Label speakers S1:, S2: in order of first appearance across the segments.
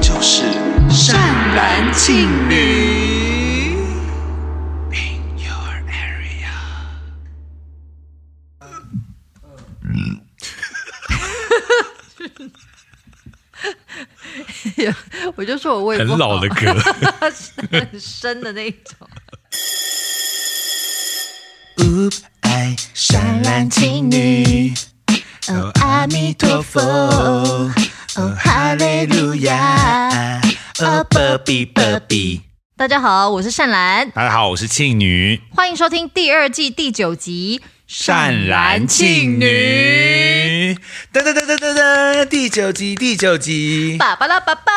S1: 就是善男信女。In your area，
S2: 我就说我胃
S3: 很
S2: 不好
S3: 老的歌。
S2: 很深的那一种。
S1: 不爱善男信女。哦，阿弥陀佛，哦，哈利路亚，哦，波比波比。
S2: 大家好，我是善兰，
S3: 大家好，我是庆女，
S2: 欢迎收听第二季第九集《
S3: 善男信。女。
S1: 噔噔噔噔噔噔，第九集，第九集。
S2: 爸爸啦爸爸。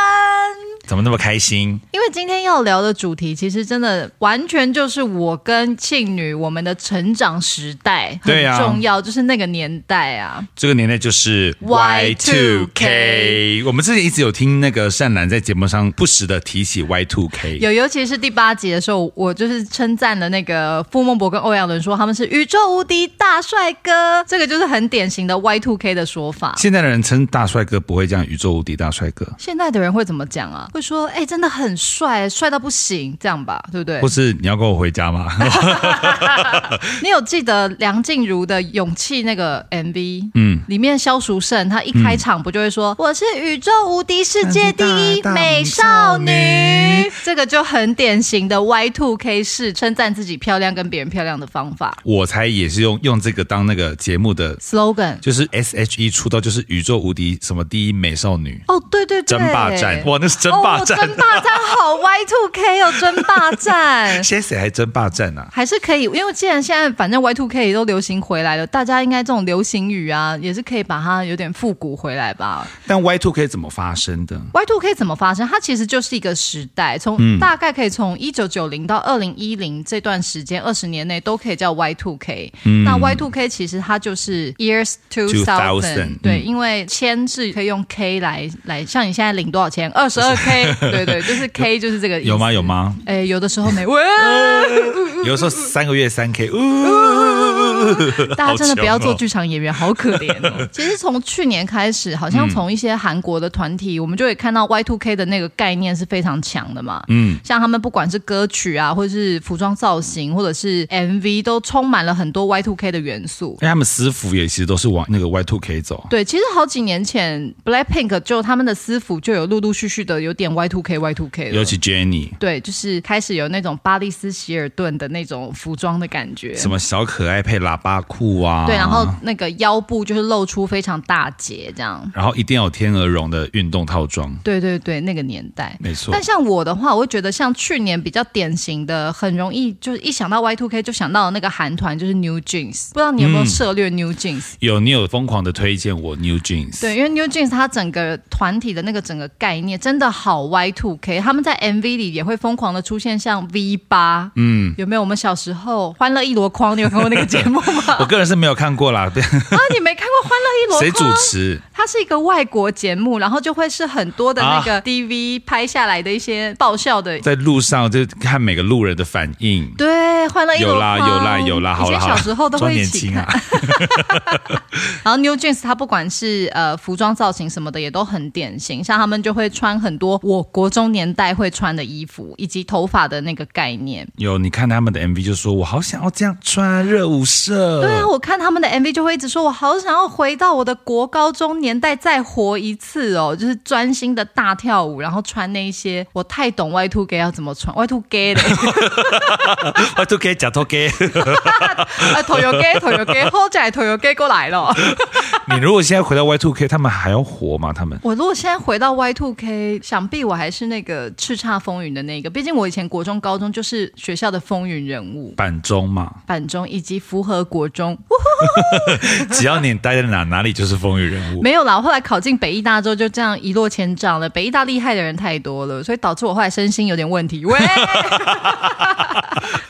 S3: 怎么那么开心？
S2: 因为今天要聊的主题，其实真的完全就是我跟庆女我们的成长时代很
S3: 对啊
S2: 重要，就是那个年代啊。
S3: 这个年代就是
S2: Y2K
S3: 我们之前一直有听那个善男在节目上不时的提起 Y two K，
S2: 有，尤其是第八集的时候，我就是称赞了那个傅孟博跟欧阳伦，说他们是宇宙无敌大帅哥，这个就是很典型的 Y two K 的说法。
S3: 现在的人称大帅哥不会这样，宇宙无敌大帅哥，
S2: 现在的人会怎么讲啊？会说，哎、真的很帅，帅到不行，这样吧，对不对
S3: 或？是你要跟我回家吗？
S2: 你有记得梁静茹的《勇气》那个 MV？嗯，里面萧淑慎她一开场不就会说、我是宇宙无敌世界第一美少女”，这个就很典型的 Y two K 式称赞自己漂亮跟别人漂亮的方法
S3: 我猜也是用用这个当那个节目的，
S2: slogan。
S3: 就是 S H E 出道就是宇宙无敌什么第一美少女
S2: 哦，对对对，
S3: 争霸战，哇，那是争霸战
S2: 哦，，争霸战好 Y two K 哦，争霸战。
S3: 现在谁还争霸战啊？
S2: 还是可以，因为既然现在反正 Y two K 也都流行回来了，大家应该这种流行语啊，也是可以把它有点复古回来吧。
S3: 但 Y two K 怎么发生的？
S2: Y two K 怎么发生？它其实就是一个时代，从、
S3: 嗯
S2: 大概可以从一九九零到二零一零这段时间，二十年内都可以叫 Y two K。那
S3: 嗯
S2: Y two K 其实它就是 years two thousand，
S3: 2000
S2: 对，
S3: 嗯
S2: 因为千是可以用 K 来来，像你现在领多少钱？二十二 K，对对，就是 K 就是这个意思
S3: 有吗？有？吗？
S2: 哎、有的时 候没，喂，嗯
S3: 有的时候三个月三 K，呜，
S2: 大家真的不要做
S3: 剧。
S2: 剧场演员，好哦可怜 哦。其实从去年开始，好像从一些韩国的团体，我们就会看到 Y two K 的那个概念是非常强的嘛。嗯，像他们不管是歌曲啊，或者是服装造型，或者是 MV，都充满了很多 Y two K 的元素。
S3: 因为他们私服也其实都是往那个 Y two K 走，
S2: 对，其实好几年前，Blackpink 就他们的私服就有陆陆续续的有点 Y two K Y two K 了
S3: 尤。其 Jenny
S2: 对，就是开始有那种巴黎斯希尔顿的那种服装的感觉，
S3: 什么小可爱配喇叭裤啊，
S2: 对，然后那个腰部就是露出非常大截这样。
S3: 然后一定要有天鹅绒的运动套装，
S2: 对对对，那个年代。
S3: 没错
S2: 但。像我的话，我会觉得像去年比较典型的，很容易就是一想到 Y two K 就想到那个韩团，就是 New Jeans。不知道你有没有涉猎
S3: 嗯
S2: New Jeans？、
S3: 有你有疯狂的推荐我 New Jeans，
S2: 对，因为 New Jeans 它整个团体的那个整个概念真的好 Y two K，他们在 MV 里也会疯狂的出现像 V 八，嗯，有没有？我们小时候《欢乐一箩筐》，你有看过那个节目吗？
S3: 我个人是没有看 过啦，
S2: 啊，你没看过《欢乐一
S3: 谁
S2: 箩
S3: 主
S2: 筐》？
S3: 持？
S2: 它是一个外国节目，然后就会是很多的那个 DV 拍下来的一些爆笑的
S3: 啊在路上就看每个路人的反应。
S2: 对，换了一箩
S3: 有啦
S2: 筐
S3: 有啦有啦，好
S2: 以
S3: 啦
S2: 前
S3: 好
S2: 小
S3: 啦，
S2: 时候都
S3: 装
S2: 会一
S3: 年
S2: 起
S3: 轻
S2: 看。
S3: 啊，
S2: 然后 New Jeans 它不管是呃服装造型什么的也都很典型，像他们就会穿很多我国中年代会穿的衣服，以及头发的那个概念。
S3: 有你看他们的 MV 就说，我好想要这样穿热舞社。
S2: 对啊，我看他们的 MV 就会一直说，我好想要回到我的国高中年代再活一次哦，就是专心的大跳舞，然后穿那一些我太懂 Y Two Gay 要怎么穿 Y Two Gay 的，
S3: 我都可以假头给。
S2: 啊头油 Gay 头油 Gay 后仔头油 Gay 过来了。
S3: 你如果现在回到 Y Two K，他们还要活吗？他们
S2: 我如果现在回到 Y Two K，想必我还是那个叱咤风云的那个，毕竟我以前国中、高中就是学校的风云人物，
S3: 板 中嘛，
S2: 板中以及符合国中。
S3: 只要你待在哪，哪里就是风云人物。
S2: 没有啦，我后来考进北医大之后就这样一落千丈了。北医大 厉害的人太多了，所以导致我后来身心有点问题。喂，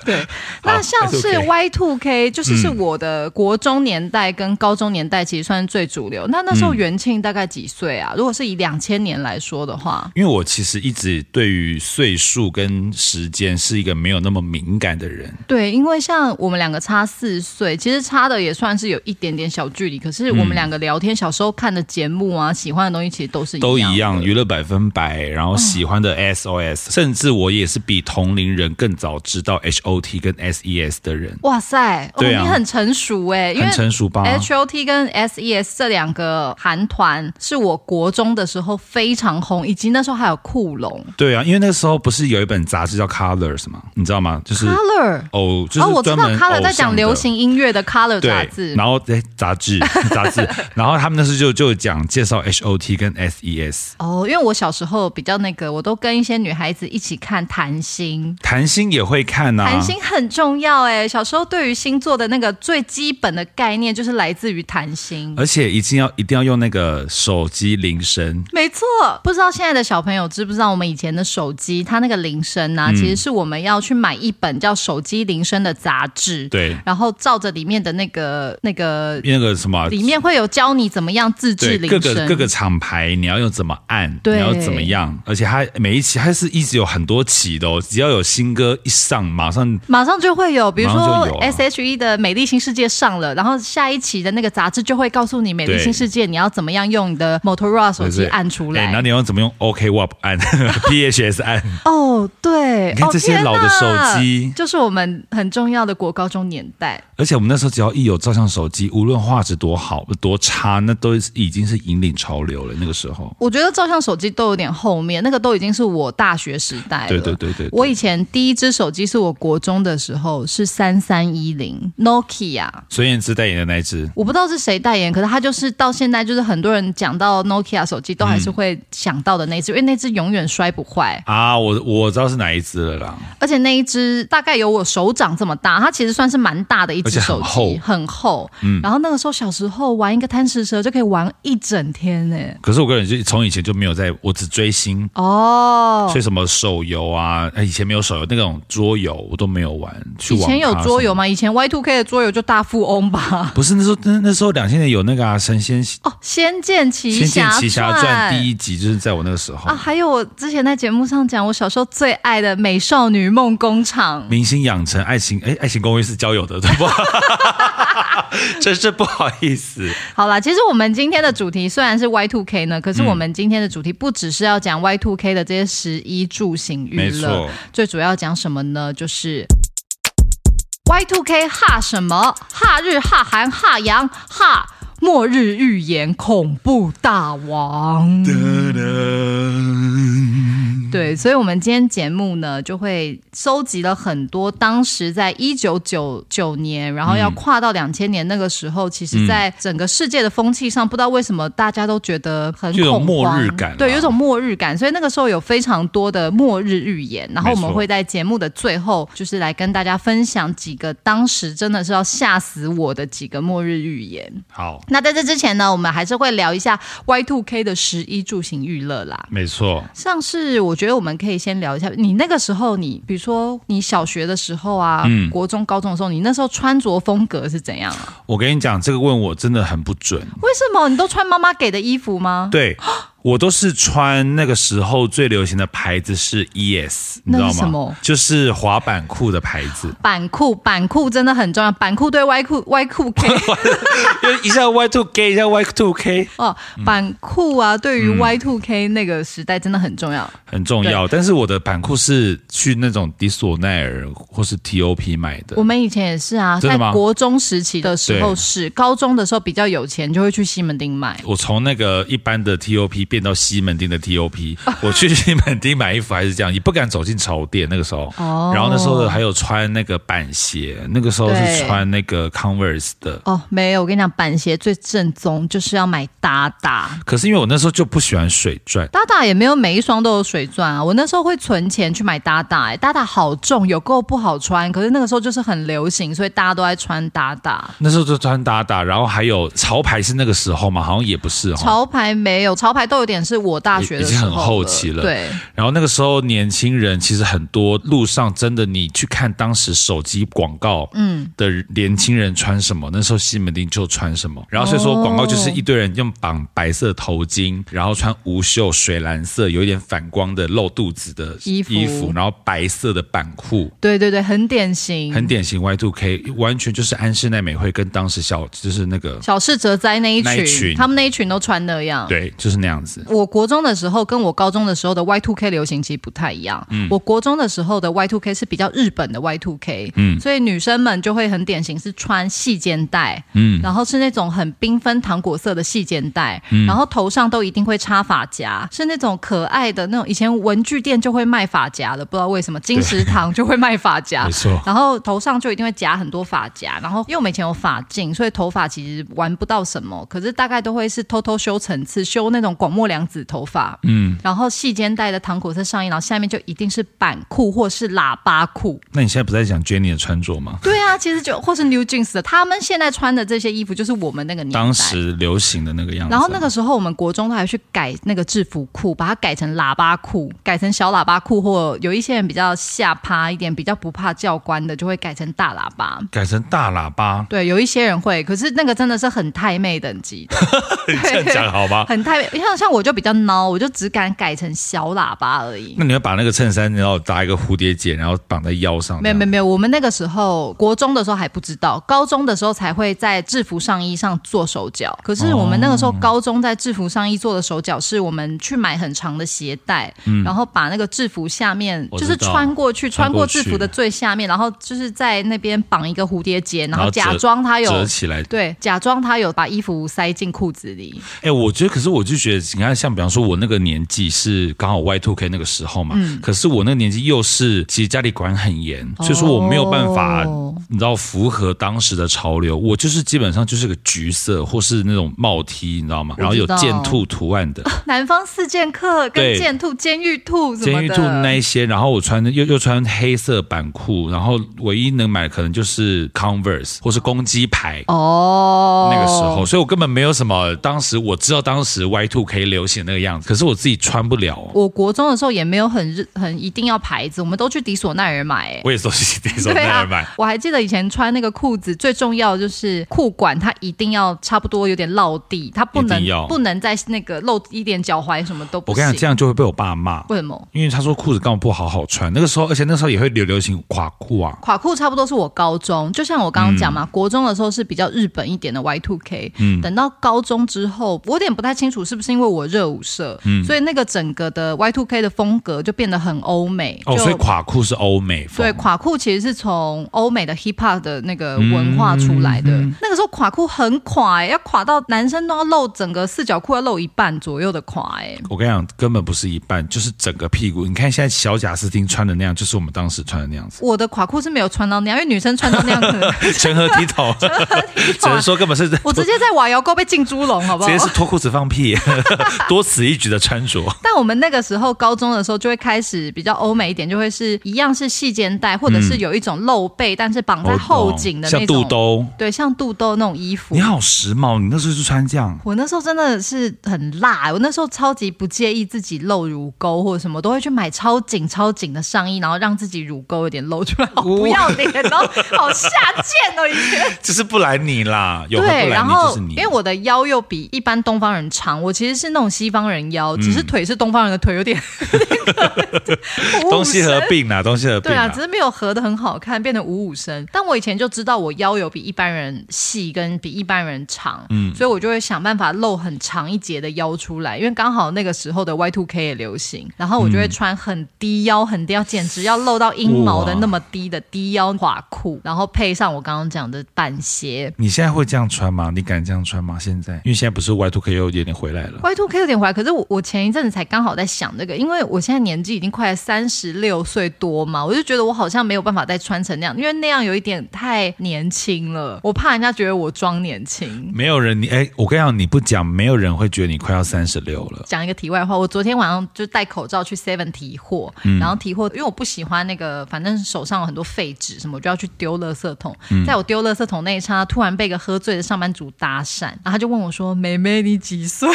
S2: 对，那像
S3: 还是
S2: 是嗯
S3: OK
S2: Y Two K，就是是我的国中年代跟高中年代，其实算是最主流。那那时候元庆大概几岁啊？如果是以两千年来说的话，
S3: 因为我其实一直对于岁数跟时间是一个没有那么敏感的人，
S2: 对，因为像我们两个差四岁，其实差的也算是有一点点小距离。可是我们两个聊天，小时候看的节目啊，喜欢的东西嗯其实都是
S3: 都
S2: 一样
S3: 一
S2: 的
S3: 样，娱乐百分百，然后喜欢的 SOS，、甚至我也是比同龄人更早知道 HOT 跟 SES 的人，
S2: 哇塞，哦，
S3: 对啊
S2: 你很成熟哎、因为
S3: 很成熟吧？
S2: H O T 跟 S E S 这两个韩团是我国中的时候非常红，以及那时候还有酷龙
S3: 对啊，因为那时候不是有一本杂志叫 Colors 吗？你知道吗？就是
S2: Color。
S3: 偶，就
S2: 哦，我
S3: 是
S2: 知
S3: 专
S2: 道
S3: 门偶像
S2: Color 在讲
S3: 的
S2: 流行音乐的 Color
S3: 对，
S2: 杂志，
S3: 然后哎杂志 杂志，然后他们那时候就就讲介绍 HOT 跟 E SES。
S2: 哦，因为我小时候比较那个，我都跟一些女孩子一起看谈星。
S3: 谭鑫也会看啊呐、
S2: 谈星很重要哎、小时候对于星座的那个最基本的概念就是来自于谈星，
S3: 而且一定要一定要用那个手机铃声，
S2: 没错。不知道现在的小朋友知不知道，我们以前的手机它那个铃声呢，
S3: 嗯
S2: 其实是我们要去买一本叫《手机铃声》的杂志，
S3: 对，
S2: 然后照着里面的那个那个，
S3: 那个什么。
S2: 里面会有教你怎么样自制
S3: 对
S2: 铃
S3: 各
S2: 声，
S3: 个各个厂牌，你要用怎么按，你
S2: 对
S3: 要怎么样，而且它每一期它是一直有很多期的哦，只要有新歌一上，马上
S2: 马上就会有，比如
S3: 马上
S2: 说
S3: 就有啊
S2: S H E 的《美丽新世界》上了，然后下一期的那个杂志就会告诉你《美丽
S3: 对
S2: 新世界》你要怎么样用你的 Motorola 手
S3: 对
S2: 机
S3: 对
S2: 按出
S3: 哎
S2: 来。
S3: 然后你要怎么用 OK WAP 按 PHS 按，
S2: 哦，对，
S3: 你看
S2: 哦
S3: 这些
S2: 天哪
S3: 老的手机
S2: 就是我们很重要的国高中年代。
S3: 而且我们那时候只要一有照相手机，无论画质多好多差，那都已经是引领潮流了。那个时候，
S2: 我觉得照相手机都有点后面，那个都已经是我大学时代了。
S3: 对对对对对
S2: 我以前第一只手机是我国中的时候，是三三一零 Nokia。
S3: 孙燕姿代言的那一只，
S2: 我不知道是谁代言，可是它就是到现在，就是很多人讲到 Nokia 手机都还
S3: 嗯
S2: 是会想到的那一只，因为那只永远摔不坏，
S3: 啊，我我知道是哪一只了啦。
S2: 而且那一只大概有我手掌这么大，它其实算是蛮大的一只手
S3: 而
S2: 机，
S3: 且嗯
S2: 很厚。然后那个时候小时候玩一个贪食蛇就可以玩一整天呢、
S3: 可是我个人就从以前就没有在，我只追星，
S2: 哦
S3: 所，以什么手游啊，哎以前没有手游那种桌游我都没有玩。去
S2: 以
S3: 网咖
S2: 前有桌游
S3: 什么
S2: 吗？以前 Y Two K 的桌游就大富翁吧
S3: 的？。不是那时候那那时候两千年有那个啊，神仙
S2: 哦，《仙剑奇
S3: 仙剑
S2: 侠
S3: 奇侠
S2: 传》
S3: 传第一集就是在我那个时候
S2: 啊，，还有我之前在节目上讲，我小时候最爱的《美少女梦工厂》。
S3: 明星养成爱情，哎，爱情公寓是交友的，对不？ 真是不好意思。
S2: 好啦，其实我们今天的主题虽然是 Y two K
S3: 嗯
S2: 呢，可是我们今天的主题不只是要讲 Y two K 的这些食衣住行娱
S3: 没
S2: 乐
S3: 错，
S2: 最主要讲什么呢？就是。Y two K 哈什么？哈日、哈韩、哈洋、哈末日预言、恐怖大王。对，所以，我们今天节目呢，就会收集了很多当时在一九九九年，然后
S3: 嗯
S2: 要跨到两千年那个时候，其实，在整个世界的风气上，不知道为什么大家都觉得很
S3: 就有
S2: 恐
S3: 末
S2: 慌
S3: 日感啊
S2: 对，有种末日感。所以那个时候有非常多的末日预言，然后我们
S3: 没错
S2: 会在节目的最后，就是来跟大家分享几个当时真的是要吓死我的几个末日预言。
S3: 好，
S2: 那在这之前呢，我们还是会聊一下 Y two K 的十一住行娱乐啦。
S3: 没错，
S2: 像是我觉得我们可以先聊一下，你那个时候你，比如说你小学的时候啊，
S3: 嗯
S2: 国中、高中的时候，你那时候穿着风格是怎样啊？
S3: 我跟你讲，这个问我真的很不准。
S2: 为什么你都穿妈妈给的衣服吗？
S3: 嗯对我都是穿那个时候最流行的牌子是 ES，你知
S2: 那
S3: 道
S2: 是什么。
S3: 吗？就是滑板裤的牌子
S2: 板裤，板裤真的很重要，板裤对 Y 裤，Y 裤 K
S3: 因 为一下 Y two K，一下 Y two K
S2: 哦，板裤啊，对
S3: 嗯
S2: 于 Y two K 那个时代真的很重要。
S3: 很重要，但是我的板裤是去那种迪索奈尔或是 TOP 买的
S2: 我。们以前也是啊，
S3: 真
S2: 在
S3: 的吗
S2: 国中时期的时候
S3: 对
S2: 是，高中的时候比较有钱，就会去西门町买。
S3: 我从那个一般的 TOP 变到西门町的 TOP，我去西门町买衣服还是这样，也不敢走进潮店那个时候。
S2: 哦
S3: 然后那时候还有穿那个板鞋，那个时候
S2: 对
S3: 是穿那个 Converse 的。
S2: 哦，没有，我跟你讲，板鞋最正宗就是要买搭搭。
S3: 可是因为我那时候就不喜欢水钻，
S2: 达达也没有每一双都有水钻啊，我那时候会存钱去买达达、欸，达达好重，有够不好穿，可是那个时候就是很流行，所以大家都在穿达达。
S3: 那时候就穿搭搭，然后还有潮牌是那个时候嘛，好像也不是哈、
S2: 潮牌没有，潮牌都有点是我大学的时候
S3: 哦已经很后期了
S2: 了，对，
S3: 然后那个时候年轻人其实很多路上真的，你去看当时手机广告，嗯，的年轻人穿什么，那时候西门町就穿什么。然后所以说
S2: 哦
S3: 广告就是一堆人用绑白色头巾，然后穿无袖水蓝色有一点反光的露肚子的
S2: 衣服
S3: 然后白色的板裤。
S2: 对对对，很典型，
S3: 很典型 Y two K，完全就是安室奈美惠跟当时小就是那个
S2: 小室哲哉那一
S3: 那
S2: 群，
S3: 一群
S2: 他们那一群都穿那样。
S3: 对，就是那样子。
S2: 我国中的时候跟我高中的时候的 Y two K 流行其实不太一样。
S3: 嗯
S2: 我国中的时候的 Y two K 是比较日本的 Y two K，所
S3: 嗯
S2: 以女生们就会很典型是穿细肩
S3: 嗯
S2: 带，然后是那种很缤纷糖果色的细肩带，
S3: 嗯
S2: 然后头上都一定会插发夹，是那种可爱的那种。以前文具店就会卖发夹的，不知道为什么金石堂就会卖发夹，
S3: 没错
S2: 然后头上就一定会夹很多发夹，然后因为我们以前有发镜，所以头发其实玩不到什么，可是大概都会是偷偷修层次，修那种广末凉子头发，嗯，然后细肩带的糖果色上衣，然后下面就一定是板裤或是喇叭裤。
S3: 那你现在不是在讲 Jenny 的穿着吗？
S2: 对啊，其实就或是 New Jeans 的，他们现在穿的这些衣服就是我们那个年代。
S3: 当时流行的那个样子啊。
S2: 然后那个时候，我们国中都还去改那个制服裤，把它改成喇叭裤，改成小喇叭裤，或有一些人比较下趴一点，比较不怕教官的，就会改成大喇叭。
S3: 改成大喇叭，
S2: 对，有一些人会，可是那个真的是很太妹等级的，
S3: 这样讲好吗？
S2: 很太妹。像像我就比较孬，我就只敢改成小喇叭而已。
S3: 那你要把那个衬衫，然后搭一个蝴蝶结，然后绑在腰上。
S2: 没有没有没有，我们那个时候国中的时候还不知道，高中的时候才会在制服上衣上做手脚。可是我们那个时
S3: 哦
S2: 候高中在制服上衣做的手脚，是我们去买很长的鞋带，然后把那个制服下面
S3: 嗯我
S2: 就
S3: 知
S2: 是
S3: 道
S2: 穿过去，
S3: 穿
S2: 穿
S3: 过
S2: 过
S3: 去
S2: 制服的最下面，然后就是在那边绑一个蝴蝶结，然
S3: 然后
S2: 后
S3: 折
S2: 假装他有
S3: 折起来。
S2: 对，假装他有把衣服塞进裤子里。
S3: 哎，我觉得，可是我就觉得，你看，像比方说，我那个年纪是刚好 Y two K 那个时候嘛，
S2: 嗯
S3: 可是我那个年纪又是其实家里管很严，所以说我没有办法，
S2: 哦
S3: 你知道符合当时的潮流，我就是基本上就是个橘色或是那种帽 T，你知道吗？然后有
S2: 我知道
S3: 剑兔图案的，
S2: 南方四剑客跟
S3: 对
S2: 剑兔、监狱兔什么
S3: 监
S2: 的，
S3: 狱兔那一些，然后我穿的又又穿黑色板裤，然后唯一能买的可能就是 Converse 或是公鸡牌。
S2: 哦，
S3: 那个时候，所以我根本没有什么。当时我知道当时 Y two K 流行那个样子，可是我自己穿不了。
S2: 我国中的时候也没有很日很一定要牌子，我们都去迪索奈尔买、欸。
S3: 我也是去第一手
S2: 对
S3: 那
S2: 啊
S3: 儿买，，
S2: 我还记得以前穿那个裤子，最重要的就是裤管它一定要差不多有点落地，它不
S3: 一
S2: 能
S3: 定要
S2: 不能在那个露一点脚踝什么都不
S3: 我
S2: 行。
S3: 跟你讲，这样就会被我爸骂，
S2: 为什么？
S3: 因为他说裤子根本不好好穿。那个时候，而且那时候也会流流行垮裤啊，
S2: 垮裤差不多是我高中，就像我刚刚讲
S3: 嗯
S2: 嘛，国中的时候是比较日本一点的 Y two K，、等到高中之后，我有点不太清楚是不是因为我热舞社，
S3: 嗯
S2: 所以那个整个的 Y two K 的风格就变得很欧美，
S3: 哦，
S2: 就
S3: 所以垮裤是欧美风。
S2: 对，垮裤其实是从欧美的 hip hop 的那个文化出来
S3: 嗯
S2: 的。那个时候垮裤很垮、欸，要垮到男生都要露整个四角裤，要露一半左右的垮、欸，
S3: 我跟你讲，根本不是一半，就是整个屁股。你看现在小贾斯汀穿的那样，就是我们当时穿的那样子，
S2: 我的垮裤是没有穿到那样，因为女生穿到那样可 能
S3: 全合体头，只能说根本是
S2: 我直接在瓦窑沟被浸猪笼，好不
S3: 直
S2: 好
S3: 接？是脱裤子放屁， 多此一举的穿着。
S2: 但我们那个时候高中的时候，就会开始比较欧美一点，就会是一样是细肩带，或者是有一种露背，但是绑在后颈的
S3: 嗯哦像
S2: 那
S3: 肚
S2: 种，
S3: 兜。
S2: 对，像肚兜那种衣服
S3: 你。好时髦，你那时候就穿这样。
S2: 我那时候真的是很辣，我那时候超级不介意自己露乳沟或者什么，都会去买超紧超紧的上衣，然后让自己乳沟有点露出来，好不要脸哦，好下贱哦！以前
S3: 这是布兰妮啦， 有和
S2: 对，
S3: 布
S2: 然
S3: 兰妮就
S2: 后
S3: 是你。
S2: 因为我的腰又比一般东方人长，我其实是那种西方人腰，只是
S3: 嗯
S2: 腿是东方人的腿，有点 五五
S3: 东西合
S2: 身
S3: 并啦，东西合并
S2: 对啊，
S3: 啦
S2: 只。是没有合的很好看，变成五五身。但我以前就知道我腰有比一般人细，跟比一般人长，所以我就会想办法露很长一截的腰出来，因为刚好那个时候的 Y two K 也流行，然后我就会穿很低腰、很低腰，简直要露到阴毛的
S3: 哇
S2: 那么低的低腰垮裤，然后配上我刚刚讲的板鞋。
S3: 你现在会这样穿吗？你敢这样穿吗？现在，因为现在不是 Y two K 又有点回来了。
S2: Y two K 有点回来，可是我我前一阵子才刚好在想这个，因为我现在年纪已经快三十六岁多嘛，我就觉得我好像没有办法再穿成那样，因为那样有一点太年轻了，我怕人家觉得我装年轻。
S3: 没有人，你哎，我跟你讲，你不讲，没有人会觉得你快要三十六了。
S2: 讲一个题外话，我昨天晚上就戴口罩去 Seven 提货，
S3: 嗯
S2: 然后提货，因为我不喜欢那个，反正手上有很多废纸什么，我就要去丢垃圾桶。
S3: 嗯
S2: 在我丢垃圾桶那一刹那，突然被一个喝醉的上班族搭讪，然后他就问我说：“妹妹，你几岁？”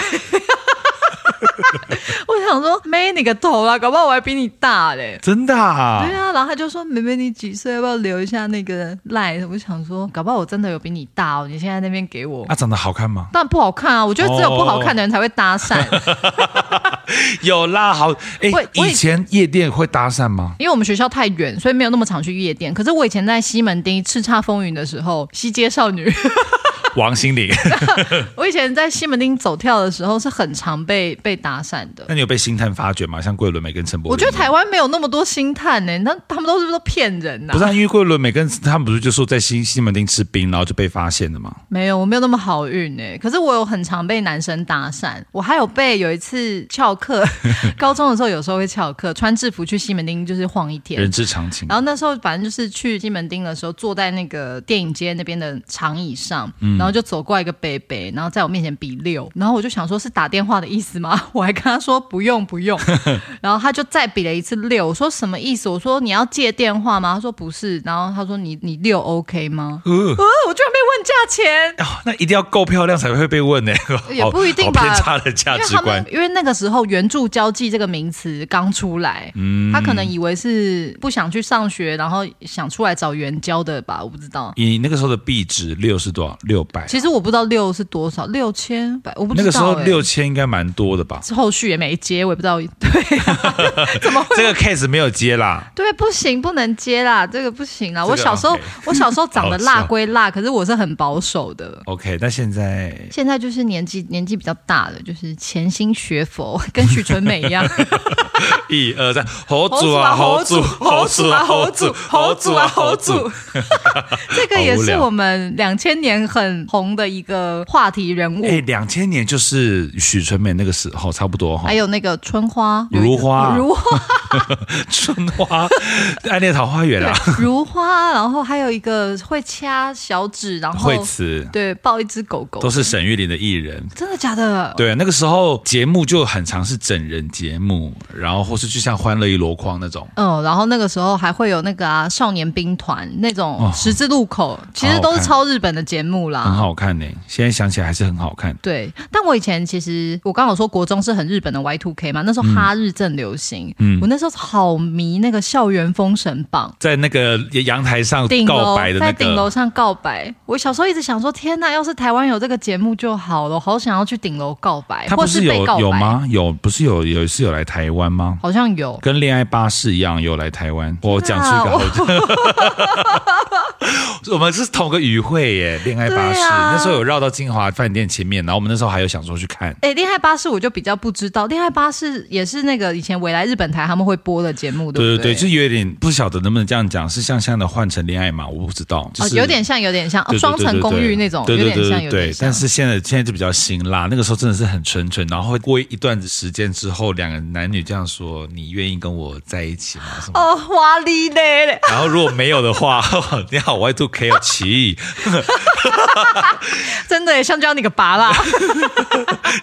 S2: 我想说，妹你个头啦，搞不好我还比你大嘞。
S3: 真的、啊
S2: 对，啊，然后他就说：“妹妹，你几岁？要不要留一下那个赖？”我想说，搞不好我真的有比你大哦。你现在那边给我，
S3: 啊，长得好看吗？
S2: 但不好看啊。我觉得只有不好看的人才会搭讪，
S3: 有啦，好，哎
S2: 我，我
S3: 以前夜店会搭讪吗？
S2: 因为我们学校太远，所以没有那么常去夜店。可是我以前在西门町叱咤风云的时候，西街少女，
S3: 王心凌，
S2: 我以前在西门町走跳的时候是很常被被搭讪的。
S3: 那你有被星探发掘吗？像桂纶镁跟陈柏霖，
S2: 我觉得台湾没有那么多星探呢、那他们都是不是都骗人呐、
S3: 不是、啊，因为桂纶镁跟他们不是就说在西西门町吃冰，然后就被发现的吗？
S2: 没有，我没有那么好运哎、可是我有很常被男生搭讪，我还有被有一次翘课， 高中的时候有时候会翘课，穿制服去西门町就是晃一天
S3: 人。之常情
S2: 然。后那时候反正就是去西门町的时候，坐在那个电影街那边的长椅上，
S3: 嗯
S2: 然后就走过来一个北北，然后在我面前比六，然后我就想说是打电话的意思吗？我还跟他说不用不 用，然后他就再比了一次六，我说什么意思？我说你要借电话吗？他说不是，然后他说你你六 OK 吗？
S3: 呃
S2: 呃，我居然被问价钱。
S3: 哦，那一定要够漂亮才会被问呢、
S2: 也不一定吧
S3: 好偏差的价
S2: 因为
S3: 值
S2: 他
S3: 观
S2: 们。因为那个时候“援助交际”这个名词刚出来，
S3: 嗯
S2: 他可能以为是不想去上学，然后想出来找援交的吧，我不知道。
S3: 你那个时候的币值六是多少？六百。
S2: 其实我不知道六是多少，六千百，我不知道、
S3: 那
S2: 欸。
S3: 个时候六千应该蛮多的吧？
S2: 后续也没接，我也不知 道。对、啊，怎么会？
S3: 这个 case 没有接啦，
S2: 对，啊不行，不能接啦，这个不行啦。
S3: 这个
S2: 我小时候
S3: OK，
S2: 我小时候长得
S3: 好
S2: 辣
S3: 笑
S2: 归辣，可是我是很保守的。
S3: OK，那现在
S2: 现在就是年纪年纪比较大了，就是潜心学佛， 跟许纯美一 样。
S3: 一二三，猴子啊，猴子，猴子啊，猴子，猴子啊，猴子。，
S2: 这个也
S3: 好无
S2: 是
S3: 聊
S2: 我们两千年很红的一个话题人物。
S3: 哎，两千年就是许纯美那个时候，差不多哈
S2: 还。有那个春花、
S3: 如花
S2: 如花、
S3: 春花，暗恋桃花源啊，
S2: 如花，然后还有一个会掐小指，然后
S3: 惠慈
S2: 对抱一只狗狗
S3: 都，是沈玉琳的艺人。
S2: 真的假的？
S3: 对，那个时候节目就很常是整人节目，然后或是就像《欢乐一箩筐》那种。
S2: 嗯，然后那个时候还会有那个啊少年兵团那种
S3: 哦
S2: 十字路口，其实都是抄日本的节目啦。
S3: 很好看呢、现在想起来还是很好看。
S2: 对，但我以前其实我刚好说国中是很日本的 Y two K 嘛，那时候
S3: 嗯
S2: 哈日正流行，我那时候好迷那个校园封神榜。
S3: 在那个阳台上
S2: 顶
S3: 告
S2: 楼
S3: 白的那
S2: 在顶楼
S3: 个，
S2: 上告白，我小时候一直想说，天呐，要是台湾有这个节目就好了，好想要去顶楼告白，
S3: 他
S2: 或
S3: 不是
S2: 被
S3: 有
S2: 告白
S3: 有？吗？有不是有有一次有来台湾吗？
S2: 好像有，
S3: 跟恋爱巴士一样有来台湾，我讲出
S2: 啊
S3: 一个好，我们是同个语汇耶，恋爱巴士、
S2: 对啊
S3: 那时候有绕到金华饭店前面，然后我们那时候还有想说去看，
S2: 哎，恋爱巴士我就比较不知道，恋爱巴士也是那个以前未来日本台他们会播的节目，
S3: 对
S2: 不
S3: 对
S2: 对？
S3: 对，就是有点不晓得能不能这样讲，是像现在的换成恋爱嘛？我不知道，就是、
S2: 哦，有点像，有点像哦
S3: 对。对对
S2: 双层公
S3: 对
S2: 寓
S3: 对
S2: 那种，
S3: 对对
S2: 有点
S3: 对
S2: 像，
S3: 对
S2: 有
S3: 对
S2: 点。像
S3: 但。是现在现在就比较辛辣，那个时候真的是很纯纯，然后会过一段时间之后，两个男女这样说：“你愿意跟我在一起吗？”什么？
S2: 哦，华丽嘞嘞，
S3: 然后如果没有的话，你好，Y two K 有歧义，
S2: 真的耶香蕉你个拔啦！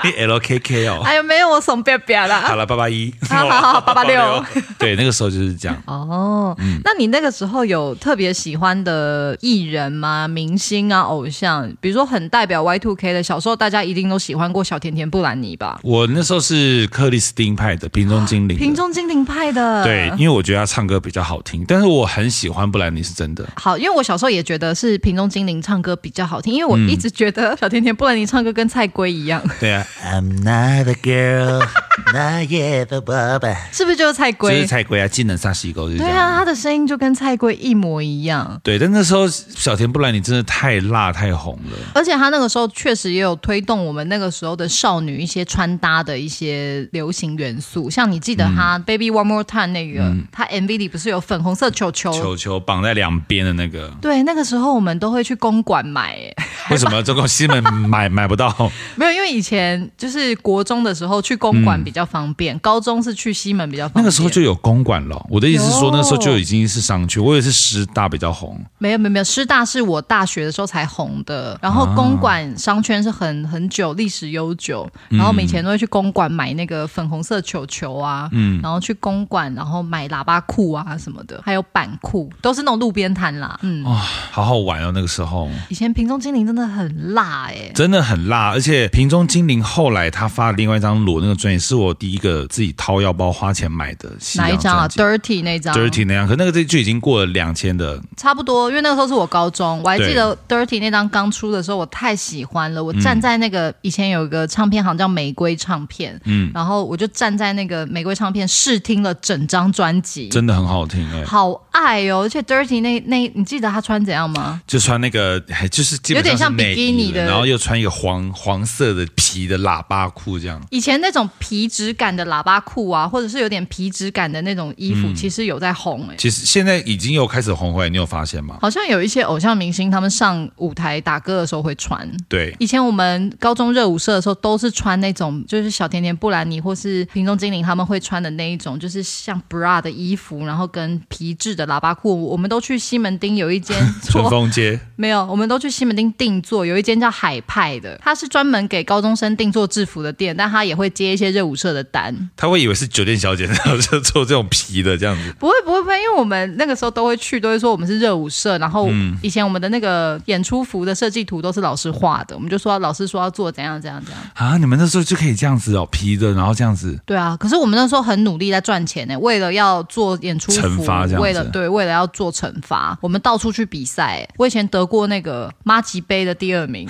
S3: 你 L K K 哦。
S2: 哎呦，没有我怂别别
S3: 好
S2: 啦。
S3: 了，八八一，
S2: 好好好886
S3: 886对，那个时候就是这样。
S2: 哦，那你那个时候有特别喜欢的艺人吗？明星啊，偶像，比如说很代表 Y two K 的，小时候大家一定都喜欢过小甜甜布兰妮吧？
S3: 我那时候是克里斯汀派的瓶中精灵的，
S2: 瓶中精灵派的，
S3: 对，因为我觉得他唱歌比较好听，但是我很喜欢布兰妮，是真的。
S2: 好，因为我小时候也觉得是瓶中精灵唱歌比较好听，因为我一直觉得小甜甜布兰妮唱歌跟蔡圭一样，
S3: 对啊，
S1: I'm not a girl, not yet a woman。
S2: 是不是就是蔡
S3: 就是
S2: 圭？
S3: 蔡圭啊，技能杀西狗就是这
S2: 对
S3: 样。
S2: 啊，她的声音就跟蔡圭一模一样。
S3: 对，但那时候小田布兰妮真的太辣太红了。
S2: 而且他那个时候确实也有推动我们那个时候的少女一些穿搭的一些流行元素，像你记
S3: 嗯
S2: 得他《Baby One More Time》那个，他 MV 里不是有粉红色球球？
S3: 球球绑在两边的那个，
S2: 对，那个时候我们都会去公馆买、欸，
S3: 为什么这个西门买买不到？
S2: 没有，因为以前就是国中的时候去公馆比较方便，高中是去西门比较方便。
S3: 嗯那个时候就有公馆了。我的意思是说
S2: 有，
S3: 那个时候就已经是商圈，我也是师大比较红。
S2: 没有没有没有，师大是我大学的时候才红的，然后公馆商圈是很很久历史悠久，然后我们以前都会去公馆买那个粉红色球球啊，然后去公馆然后买喇叭裤啊什么的，还有板裤，都是那种路边摊啦，嗯。
S3: 好好玩哦，那个时候。
S2: 以前瓶中精灵真的很辣哎、
S3: 真的很辣，而且瓶中精灵后来他发的另外一张裸那个专辑，是我第一个自己掏腰包花钱买的西
S2: 哪一
S3: 洋
S2: 张啊
S3: 专辑。
S2: ？Dirty 啊那张
S3: Dirty 那样，可那个这就已经过了两千的，
S2: 差不多，因为那个时候是我高中，我还记得 Dirty 那张刚出的时候，我太喜欢了。我
S3: 嗯
S2: 站在那个、以前有一个唱片行叫玫瑰唱片，嗯，然后我就站在那个玫瑰唱片试听了整张专辑，
S3: 真的很好听哎、
S2: 好爱哦！而且 Dirty 那那，你记得他穿怎样吗？
S3: 就穿那个，还就是基本
S2: 有点像
S3: 是内衣
S2: bikini 的
S3: 了然后又穿一个黄黄色的皮的喇叭裤这样。
S2: 以前那种皮质感的喇叭裤啊，或者是有点皮质感的那种衣
S3: 嗯
S2: 服，其实有在红哎、
S3: 其实现在已经有开始红回来，你有发现吗？
S2: 好像有一些偶像明星，他们上舞台打歌的时候会穿。
S3: 对，
S2: 以前我们高中热舞社的时候，都是穿那种就是小甜甜布兰妮或是瓶中精灵他们会穿的那一种，就是像 bra 的衣服，然后跟皮质的喇叭裤。我们都去西门町有一间
S3: 春
S2: 做
S3: 风街
S2: 没有，我们都去西门町定做，有一间叫海派的，它是专门给高中生定做制服的店，但它也会接一些热舞社的单。
S3: 他会以为是酒店小姐，然后就做这种皮的这样子。
S2: 不会不会不会，因为我们那个时候都会去，都会说我们是热舞社，然后
S3: 嗯
S2: 以前我们的那个演出服的设计图都是老师画的，我们就说老师说要做怎样怎样怎样。
S3: 啊，你们那时候就可以这样子哦，皮的，然后这样子，
S2: 对啊，可是我们那时候很努力在赚钱呢、为了要做演出服
S3: 惩罚这样子
S2: 为了对，为了要做惩罚，我们到处去比赛欸、我以前得过那个妈吉杯的第二 名，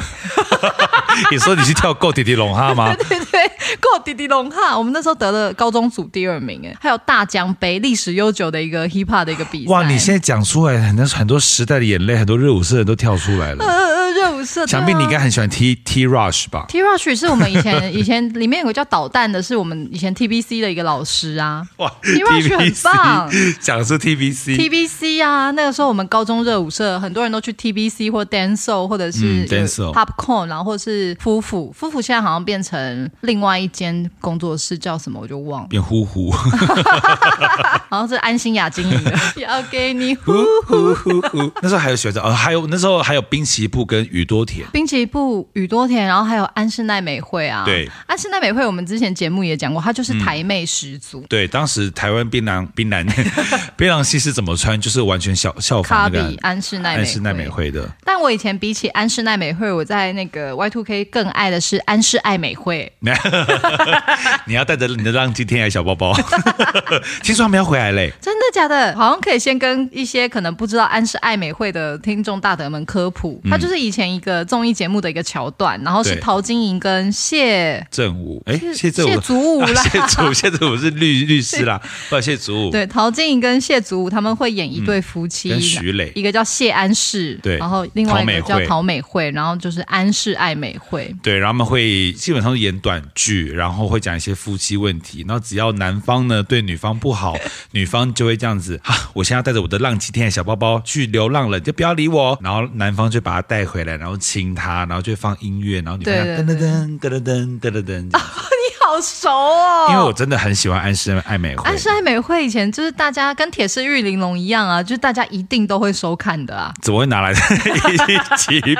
S3: 你说你去跳够迪迪龙哈吗？
S2: 对对，够迪迪龙哈，我们那时候得了高中组第二名、欸，还有大江杯，历史悠久的一个 hip hop 的一个比赛。
S3: 哇，你现在讲出来，很多很多时代的眼泪，很多热舞社人都跳出来了。
S2: 呃呃热舞社，
S3: 想必你应该很喜欢 T T Rush 吧？
S2: T Rush 是我们以前以前里面有个叫导弹的，是我们以前 TBC 的一个老师啊。
S3: 哇
S2: T Rush 很棒，
S3: 讲是 T B C。
S2: TBC 啊，那个时候我们高中热舞社很多人都去 TBC 或 Danceo 或者是
S3: 嗯，Dancehall
S2: Popcorn，然后或者是夫妇，夫妇现在好像变成另外一间工作室叫什么我就忘了，
S3: 变 呼呼
S2: 好像是安心雅经营 的。 要给你呼
S3: 呼呼呼，那时候还有学长，呃，还有那时候还有滨崎步跟宇多田，
S2: 滨崎步、宇多田，然后还有安室奈美惠啊。
S3: 对，
S2: 安室奈美惠我们之前节目也讲过，她就是台妹始祖。
S3: 对，当时台湾槟榔 槟榔槟榔系是怎么穿，就是完全效效
S2: 卡
S3: 仿
S2: 比
S3: 那个
S2: 安室奈美
S3: 安室奈美惠的，
S2: 但我以前比起安室奈美惠，我在那个 Y Two K 更爱的是安室爱美惠。
S3: 你要带着你的浪迹天涯小 包包， 听说他们要回来嘞，
S2: 真的假的？好像可以先跟一些可能不知道安室爱美惠的听众大德们科普，它就是以前一个综艺节目的一个桥段，然后是
S3: 嗯对
S2: 陶晶莹跟谢
S3: 正午，哎，谢
S2: 谢
S3: 正午，
S2: 祖武
S3: 啊
S2: 啦。
S3: 谢 祖，谢祖武是律律师啦，不，谢祖武，
S2: 对，陶晶莹跟谢祖武他们会演一对夫妻，
S3: 跟徐磊
S2: 一个叫谢安室，
S3: 对
S2: 然后另外一个
S3: 陶美
S2: 叫
S3: 惠
S2: 陶美惠，然后就是安室爱美惠。
S3: 对，然后他们会基本上是演短剧，然后会讲一些夫妻问题。然后只要男方呢对女方不 好，女方就会这样子啊，我现在要带着我的浪迹天涯小包包去流浪了，你就不要理我。然后男方就把她带回来，然后亲她，然后就放音乐，然后女方
S2: 对对
S3: 就噔噔噔噔噔噔噔噔这样子。
S2: 你好熟哦，
S3: 因为我真的很喜欢安室爱美惠，
S2: 安室爱美惠以前就是大家跟铁狮玉玲珑一样啊，就是大家一定都会收看的啊。
S3: 怎么会拿来 一起比？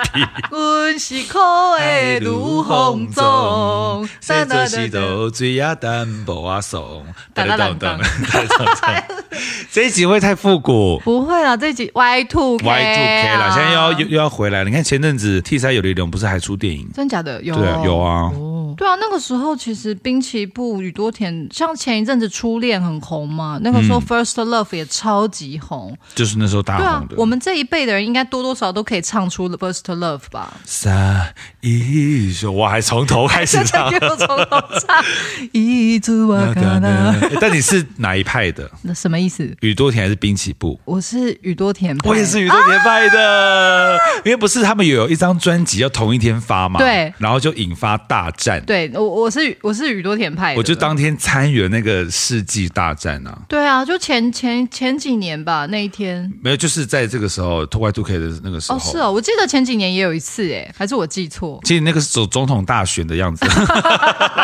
S2: 阮是可爱如风中，
S3: 谁做事都最呀淡薄啊怂，
S2: 哒哒哒哒
S3: 哒哒哒哒 这一集会太复古。
S2: 不会啦，这集 Y Two K
S3: Y two K 啦，
S2: 啊
S3: 现在又要又又要回来了。你看前阵子 T 三有力量不是还出电影？
S2: 真假的有
S3: 对啊，有。啊，
S2: 对啊，那个时候其实滨崎步、宇多田，像前一阵子《初恋》很红嘛，那个时候《First Love》也超级红。
S3: 就是那时候
S2: 对
S3: 大
S2: 啊
S3: 嗯红的，。
S2: 我们这一辈的人应该多多少少都可以唱出《First Love》吧？
S3: 三一首，我还从头开始
S2: 真的
S3: 唱。
S2: 给我从头 唱。一直我看到，
S3: 欸但你是哪一派的？
S2: 那什么意思？
S3: 宇多田还是滨崎步？
S2: 我是宇多田派，
S3: 我也是宇多田派的，因为不是他们有一张专辑要同一天发嘛，
S2: 对
S3: 然后就引发大战。
S2: 对，我我是我是宇多田派的，
S3: 我就当天参与了那个世纪大战啊，
S2: 对啊，就前前前几年吧，那一天。
S3: 没有，就是在这个时候 t Y Two K 的那个时候。
S2: 哦，是哦，我记得前几年也有一次，欸哎，还是我记错。
S3: 其实那个是走总统大选的样子，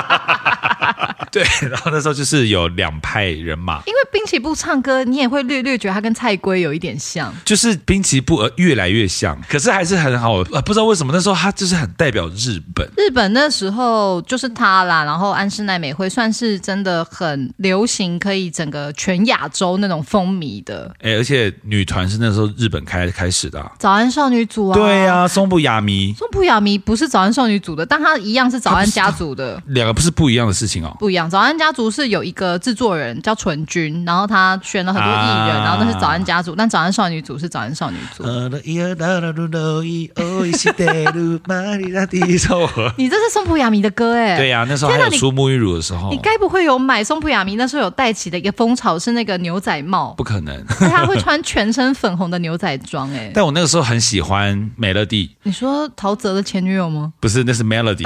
S3: 对，然后那时候就是有两派人马，
S2: 因为滨崎步唱歌，你也会略略觉得他跟蔡圭有一点像。
S3: 就是滨崎步呃越来越像，可是还是很好，呃不知道为什么那时候他就是很代表日本。
S2: 日本那时候就是他啦，然后安室奈美惠算是真的很流行，可以整个全亚洲那种风靡的。
S3: 哎，而且女团是那时候日本开开始的啊、
S2: 早安少女组啊，
S3: 对呀、松浦亚弥，
S2: 松浦亚弥不是早安少女组的，但她一样是早安家族的。
S3: 两个不是不一样的事情哦。
S2: 不一样，早安家族是有一个制作人叫纯君，然后他选了很多艺人，
S3: 啊嗯
S2: 然后那是早安家族，但早安少女组是早安少女组。 你这是松浦亚弥的歌哎、
S3: 对呀、那时候还
S2: 天哪
S3: 有
S2: 你
S3: 出沐浴乳的时候
S2: 你，该不会有买松浦亚弥那时候有带起的一个风潮是那个牛仔帽
S3: 不，可能。
S2: 但他会穿全身粉红的牛仔装哎、
S3: 但我那个时候很喜欢美乐蒂，
S2: 你说陶喆的前女友吗？
S3: 不是，那 是 Melody，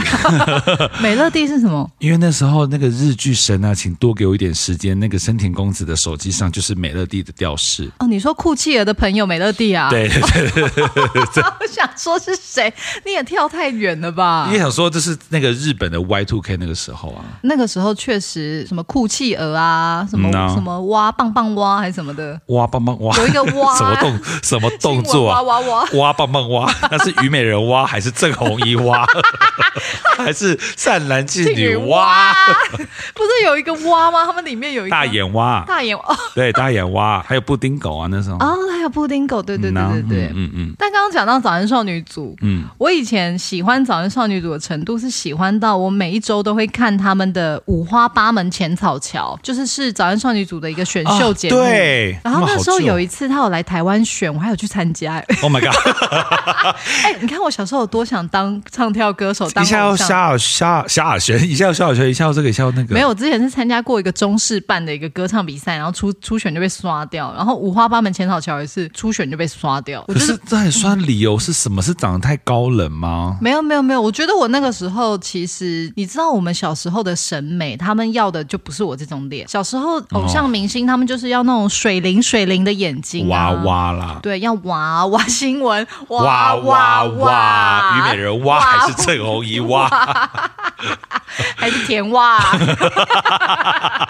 S2: 美乐蒂是什么？
S3: 因为那时候那个日剧神啊，请多给我一点时间。那个深田公子的手机上就是美乐蒂的吊饰，
S2: 哦，你说酷契儿的朋友美乐蒂啊？
S3: 对，
S2: 我想说是谁？你也跳太远了吧
S3: 因为？想说这是那个日本的 Y Two K 那个时候啊，
S2: 那个时候确实什么酷企鹅啊，什么、
S3: 嗯啊
S2: 什么蛙棒棒蛙还是什么的，
S3: 哇棒棒哇，
S2: 有一个蛙
S3: 什么动什么 动作啊
S2: 青？蛙蛙蛙蛙，
S3: 挖棒棒蛙，那是虞美人蛙还是郑红衣蛙， 还是善男信
S2: 妓
S3: 女
S2: 女
S3: 蛙？
S2: 蛙， 不是有一个蛙吗？他们里面有一个
S3: 大眼蛙，
S2: 大眼哦
S3: 对大眼蛙，还有布丁狗啊，那时候。
S2: 哦，还有布丁狗，对对
S3: 嗯
S2: 对
S3: 啊
S2: 对对。
S3: 嗯嗯
S2: 但刚刚讲到早安少女组，
S3: 嗯嗯，
S2: 我以前喜欢早安少女组的程度是喜欢到我每一周都会看他们的五花八门浅草桥，就是是早安少女组的一个选秀节目。
S3: 啊对
S2: 然后那时候
S3: 他们好旧
S2: 有一次他有来台湾选，我还有去参加、哎
S3: Oh my god！
S2: 哎、你看我小时候有多想当唱跳歌手，当
S3: 哦 一下要
S2: 偶像
S3: 萧亚萧萧亚轩，一下要萧亚轩，一下要这个，一下要那个。
S2: 没有，我之前是参加过一个中式办的一个歌唱比赛，然后初初选就被刷掉，然后五花八门浅草桥也是初选就被刷掉。我
S3: 可
S2: 就是是
S3: 这很酸，理由是什么？是长得太高冷吗？
S2: 没有没有没有，我觉得我那个时候其实你知道，我们小时候的审美，他们要的就不是我这种脸。小时候偶
S3: 哦
S2: 像明星，他们就是要那种水灵水灵的眼睛、啊
S3: 娃，娃啦，
S2: 对，要娃娃新闻，
S3: 哇
S2: 娃娃
S3: 哇哇！虞
S2: 哇，
S3: 美人蛙还是郑红怡蛙？
S2: 还是甜蛙，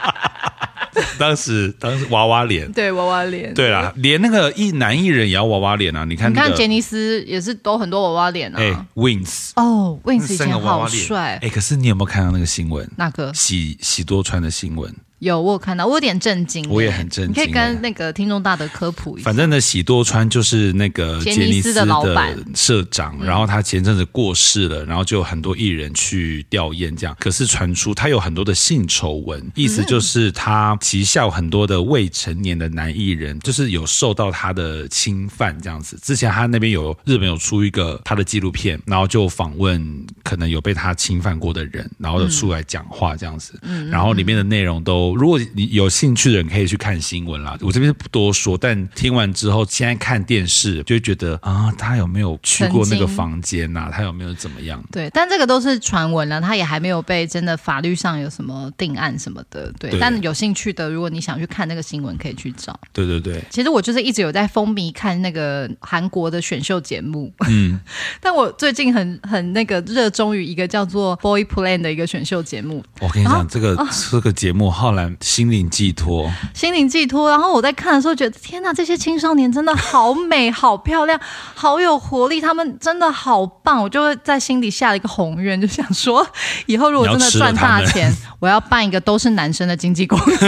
S3: 当时当时娃娃脸，
S2: 对娃娃脸，
S3: 对啦，连那个一男一人也要娃娃脸啊！你看
S2: 你
S3: 那
S2: 看
S3: 个
S2: 杰尼斯也是都很多娃娃脸啊。
S3: 哎，Wins
S2: 哦
S3: 那
S2: ，Wins 以
S3: 三嗯个
S2: 前
S3: 娃
S2: 好
S3: 娃脸，
S2: 帅
S3: 哎，，可是你有没有看到那个新闻？
S2: 那个
S3: 喜喜多川的新闻，
S2: 有我有看到，我有点震惊，
S3: 我也很震惊
S2: 你可以
S3: 哎
S2: 跟那个听众大德科普一下
S3: 反，正呢，喜多川就是那个
S2: 杰
S3: 杰尼
S2: 尼
S3: 斯
S2: 斯
S3: 的
S2: 的老板嗯
S3: 社长，然后他前阵子过世了，然后就有很多艺人去吊唁这样。可是传出他有很多的性丑
S2: 嗯
S3: 闻，意思就是他旗下有很多的未成年的男艺人，就是有受到他的侵犯这样子。之前他那边有日本有出一个他的纪录片，然后就访问可能有被他侵犯过的人，然后有出来讲话这样子。然后里面的内容都，如果你有兴趣的人可以去看新闻啦。我这边不多说，但听完之后，现在看电视就会觉得啊，他有没有去过那个
S2: 曾经
S3: 房间呐、他有没有怎么样？
S2: 对，但这个都是传闻了，他也还没有被真的法律上有什么定案什么的。对，
S3: 对
S2: 但有兴趣的，如果你想去看那个新闻，可以去找。
S3: 对对对，
S2: 其实我就是一直有在风靡看那个韩国的选秀节目，嗯， 但我最近很很那个热衷于一个叫做 Boy Plan 的一个选秀节目，
S3: 我跟你讲，
S2: 啊
S3: 这个、这个节目浩然心灵寄托，
S2: 心灵寄托。然后我在看的时候觉得，天呐，这些青少年真的好美、好漂亮、好有活力，他们真的好棒。我就会在心里下了一个宏愿，就想说，以后如果真的赚大钱，
S3: 啊
S2: 我要办一个都是男生的经纪公 司，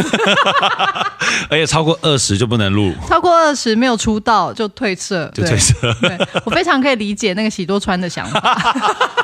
S3: 而且超过二十就不能录，
S2: 超过二十没有出道就退社，
S3: 就
S2: 对
S3: 退社。
S2: 对我非常可以理解那个喜多川的想法，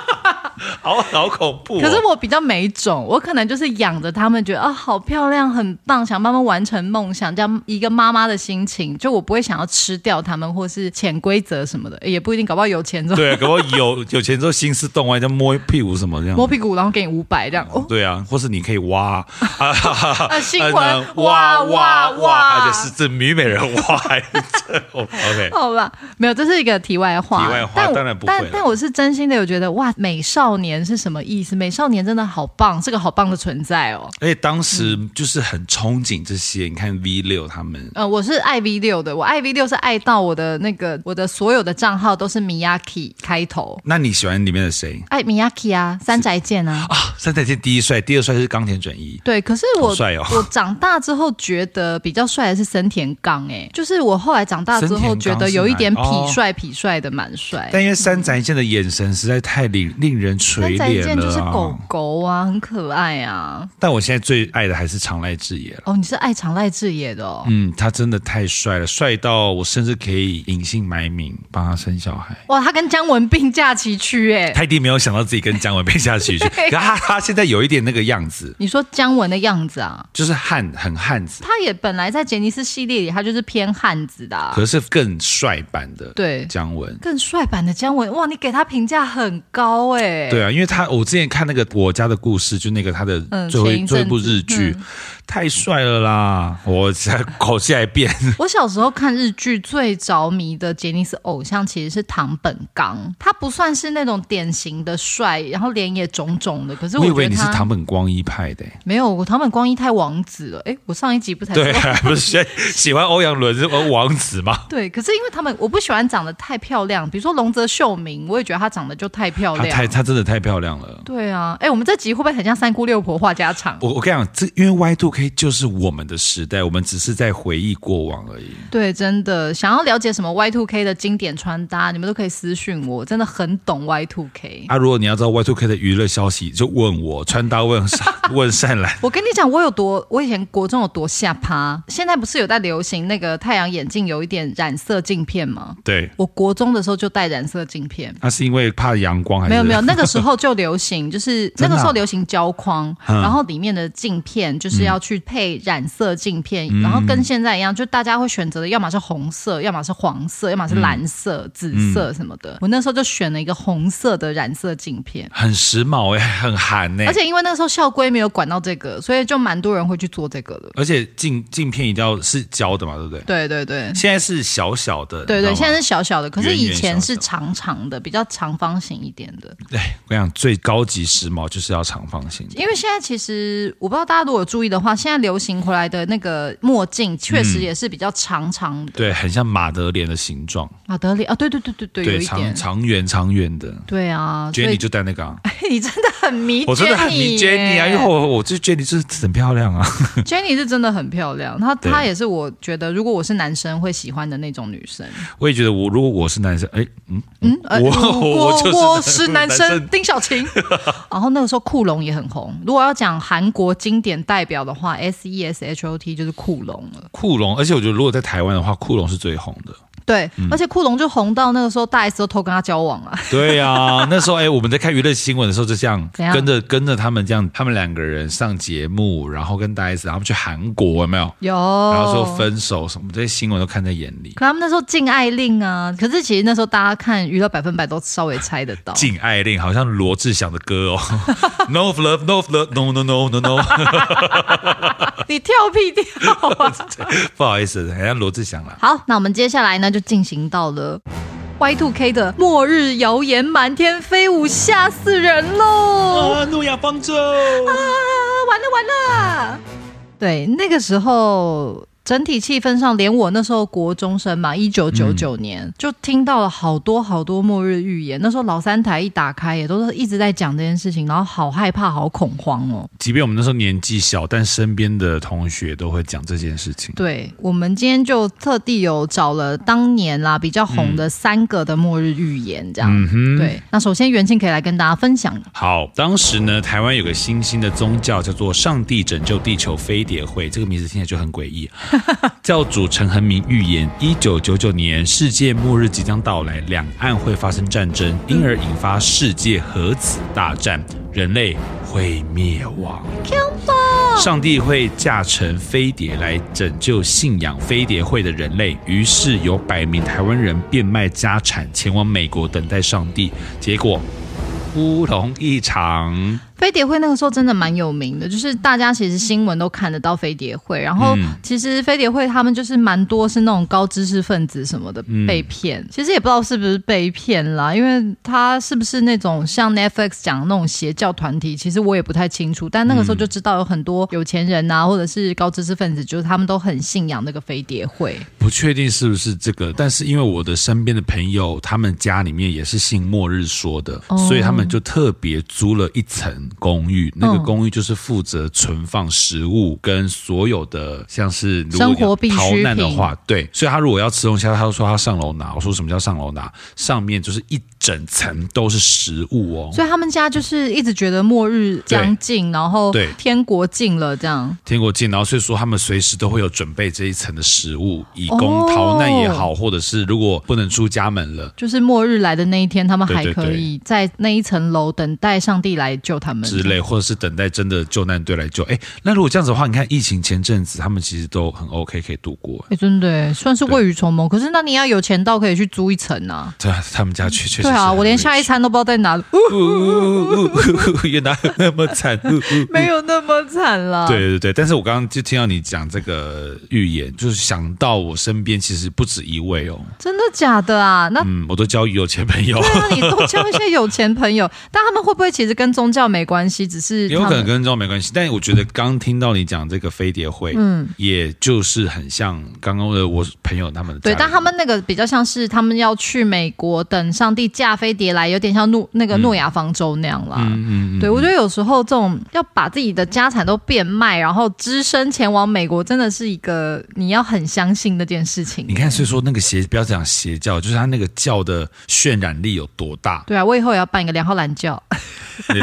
S3: 好好恐怖、哦。
S2: 可是我比较没种，我可能就是养着他们，觉得啊、好漂亮，很棒，想慢慢完成梦想，这样一个妈妈的心情，就我不会想要吃掉他们，或是潜规则什么的，诶也不一定，搞不好有钱之后
S3: 对，啊搞不好有有钱之后心思动歪，就摸屁股什么这样。
S2: 摸屁股，然后给你五百这
S3: 嗯
S2: 样。哦，
S3: 对啊，或是你可以挖啊，
S2: 啊，新闻
S3: 呃
S2: 哇
S3: 挖
S2: 哇
S3: 挖挖，
S2: 哇，
S3: 而且是这虞美人花还是这 ？OK，
S2: 好吧，没有，这是一个题外话。
S3: 题外话
S2: 但我
S3: 当然不会
S2: 但
S3: 了
S2: 但我是真心的有觉得，哇，美少年是什么意思？美少年真的好棒，是个好棒的存在哦。
S3: 而且当时就是很憧憬这些，你看 V 六他们。
S2: 呃，我是爱 V 六的，我爱 V 六是爱到我的那个我的所有的账号都是 Miyaki 开头，
S3: 那你喜欢里面的谁
S2: 爱 Miyaki 啊，三宅健啊。
S3: 啊？三宅健第一帅，第二帅是冈田准一。
S2: 对，可是我、
S3: 好帅哦
S2: 我长大之后觉得比较帅的是森田刚， 哎，就是我后来长大之
S3: 森
S2: 后
S3: 田
S2: 觉
S3: 刚
S2: 得有一点
S3: 是哦哪
S2: 痞帅痞帅的蛮帅。
S3: 但因为山宅健的眼神实在太令令人垂
S2: 三宅
S3: 怜
S2: 健
S3: 了、啊，
S2: 就是狗狗啊，很可爱啊。
S3: 但我现在最爱的还是长濑智也了。
S2: 哦，你是爱长濑智也的哦。
S3: 嗯，他真的太帅了，帅到我甚至可以隐姓埋名帮他生小孩。
S2: 哇，他跟姜文并驾齐驱哎！
S3: 他一定没有想到自己跟姜文被下 去，可他他现在有一点那个样子，
S2: 你说姜文的样子啊，
S3: 就是汉很汉子，
S2: 他也本来在杰尼斯系列里，他就是偏汉子的、啊，
S3: 可是更帅版的
S2: 对
S3: 姜文。
S2: 更帅版的姜文。哇，你给他评价很高哎！
S3: 对啊，因为他我之前看那个《我家的故事》，就那个他的
S2: 嗯
S3: 最后
S2: 前
S3: 一、
S2: 一阵子嗯
S3: 最后一部日剧，太帅了啦！我才口气还变，
S2: 我小时候看日剧最着迷的杰尼斯偶像其实是唐本刚，他不算是那种典型的帅，然后脸也肿肿的，可是
S3: 我以
S2: 觉
S3: 为
S2: 得
S3: 你是
S2: 他
S3: 唐本光一派 的、欸，
S2: 没有，我唐本光一太王子了。哎，我上一集不才说
S3: 对、啊，不是喜欢欧阳伦是王子吗？
S2: 对，可是因为他们我不喜欢长得太漂亮，比如说龙泽秀明，我也觉得她长得就太漂
S3: 她太
S2: 亮。
S3: 她真的太漂亮了。
S2: 对啊，哎，我们这集会不会很像三姑六婆话家常？
S3: 我我跟你讲，这因为 Y Two K 就是我们的时代，我们只是在回忆过往而已。
S2: 对，真的想要了解什么 Y two K 的经典穿搭，你们都可以私讯我，真的很懂 Y two K。
S3: 啊，如果你要知道 Y Two K 的娱乐消息，就问我穿搭问 问善兰。
S2: 我跟你讲，我有多，我以前国中有多下趴。现在不是有在流行那个太阳眼镜有一点染色镜片吗？
S3: 对，
S2: 我国中的时候就戴染色镜片，
S3: 那、是因为怕阳光还是
S2: 没有没有，那个时候就流 行，就是那
S3: 哎真的啊
S2: 个时候流行胶框，
S3: 嗯
S2: 然后里面的镜片就是要去配染色镜片，
S3: 嗯
S2: 然后跟现在一样，就大家会选择的，要么是红色，要么是黄色，要么是
S3: 嗯
S2: 蓝色、紫色什么的。我那时候就选了一个红色的染色镜片。
S3: 很时髦哎、很韩哎、
S2: 而且因为那时候校规没有管到这个，所以就蛮多人会去做这个的。
S3: 而且镜镜片一定要是胶的嘛，对不对？
S2: 对对对
S3: 现在是小小的，
S2: 对对，现在是
S3: 是
S2: 小小的，可是以
S3: 圆圆
S2: 前
S3: 小
S2: 是
S3: 小
S2: 长长的，比较长方形一点的。
S3: 哎，我跟你讲，最高级时髦就是要长方形的。
S2: 因为现在其实我不知道大家如果有注意的话，现在流行回来的那个墨镜确实也是比较长长的。
S3: 对，很像马德莲的形状，
S2: 马德里啊，对对对对对，有
S3: 对，
S2: 一
S3: 长
S2: 点。
S3: 长圆长圆的。
S2: 对啊，所
S3: 觉得
S2: 以
S3: 你就戴那个、啊，
S2: 你真的很迷 Jenny，
S3: 我真的很迷 Jenny 啊，因为
S2: 耶
S3: 我我就觉得你就是很漂亮啊。
S2: Jenny 是真的很漂亮，她
S3: 对
S2: 她也是我觉得如果我是男生会喜欢的那种女生。
S3: 我也觉得我，如果我是男生，哎，嗯，
S2: 嗯，呃
S3: 我
S2: 如果
S3: 我就是
S2: 我是男
S3: 男
S2: 生
S3: 生，
S2: 丁小晴。然后那个时候酷龙也很红。如果要讲韩国经典代表的话，S E S H O T 就是酷龙了。
S3: 酷龙，而且我觉得如果在台湾的话，酷龙是最红的。
S2: 对，
S3: 嗯
S2: 而且酷龙就红到那个时候，大 S 都偷跟他交往啊。
S3: 对啊，那时候哎，我们在看娱乐新闻的时候，就这样
S2: 怎样
S3: 跟着跟着他们这样，他们两个人上节目，然后跟大 S，然后他们去韩国，有没有？
S2: 有，
S3: 然后说分手什么，这些新闻都看在眼里。
S2: 可他们那时候禁爱令啊，可是其实那时候大家看娱乐百分百都稍微猜得到。
S3: 禁爱令好像罗志祥的 歌哦，No love, no love, no no no no no，
S2: 你跳屁跳啊！
S3: 不好意思，好像罗志祥啊啦。
S2: 好，那我们接下来呢就进行到了 Y Two K 的末日谣言满天飞舞，吓死人喽！
S3: 啊，诺亚方舟。
S2: 啊，完了完了！对，那个时候整体气氛上，连我那时候国中生嘛，一九九九年、就听到了好多好多末日预言。那时候老三台一打开，也都是一直在讲这件事情，然后好害怕，好恐慌哦。
S3: 即便我们那时候年纪小，但身边的同学都会讲这件事情。
S2: 对我们今天就特地有找了当年啦比较红的三个的末日预言，这样。
S3: 嗯哼，
S2: 对，那首先元庆可以来跟大家分享。
S3: 好，当时呢，台湾有个新兴的宗教叫做“上帝拯救地球飞碟会”，这个名字听起来就很诡异。啊教主陈恒明预言，一九九九年世界末日即将到来，两岸会发生战争，因而引发世界核子大战，人类会灭亡。上帝会驾乘飞碟来拯救信仰飞碟会的人类，于是有百名台湾人变卖家产前往美国等待上帝，结果乌龙一场。
S2: 飞碟会那个时候真的蛮有名的，就是大家其实新闻都看得到飞碟会，然后其实飞碟会他们就是蛮多是那种高知识分子什么的被骗，其实也不知道是不是被骗啦，因为他是不是那种像 Netflix 讲的那种邪教团体，其实我也不太清楚，但那个时候就知道有很多有钱人啊，或者是高知识分子，就是他们都很信仰那个飞碟会。
S3: 不确定是不是这个，但是因为我的身边的朋友，他们家里面也是信末日说的，
S2: 哦
S3: 所以他们就特别租了一层公寓，那个公寓就是负责存放食物跟所有的像是如
S2: 生
S3: 果
S2: 活
S3: 要
S2: 必需
S3: 逃难的
S2: 品
S3: 话，对，所以他如果要吃东西，他他就说他上楼拿，我说什么叫上楼拿？上面就是一整层都是食物哦。
S2: 所以他们家就是一直觉得末日将近，然后
S3: 对
S2: 天国近了，这样
S3: 天国近，然后所以说他们随时都会有准备这一层的食物，以供
S2: 哦
S3: 逃难也好，或者是如果不能出家门了
S2: 就是末日来的那一天，他们还
S3: 对对
S2: 可以在那一层楼等待上帝来救他们
S3: 之类，或者是等待真的救难队来救。哎，那如果这样子的话，你看疫情前阵子他们其实都很 OK 可以度过。
S2: 哎、真的耶算是未雨绸缪。可是那你要有钱到可以去租一层啊。
S3: 对啊，他们家确确实
S2: 对
S3: 是
S2: 啊，
S3: 很
S2: 我连
S3: 委
S2: 下一
S3: 屈
S2: 餐都不知道在 哪，呜
S3: 呜呜呜呜呜，也哪有那么惨？呜呜
S2: 没有那么惨啦。
S3: 对对对，但是我刚刚就听到你讲这个预言，就是想到我身边其实不止一位哦，
S2: 真的假的啊？那
S3: 嗯，我都交有钱朋友，
S2: 对啊，你多交一些有钱朋友，但他们会不会其实跟宗教没关系，只是
S3: 也有
S2: 他
S3: 可能
S2: 们
S3: 跟这种没关系，但我觉得刚听到你讲这个飞碟会，嗯，也就是很像刚刚的我朋友他们的家
S2: 对，
S3: 人，
S2: 但他们那个比较像是他们要去美国等上帝驾飞碟来，有点像诺那个诺亚方舟那样啦。
S3: 嗯嗯嗯嗯，
S2: 对，我觉得有时候这种要把自己的家产都变卖，然后只身前往美国，真的是一个你要很相信那件事情，
S3: 你。看，所以说那个邪不要讲邪教，就是他那个教的渲染力有多大
S2: 对啊，我以后也要办一个梁浩兰 教。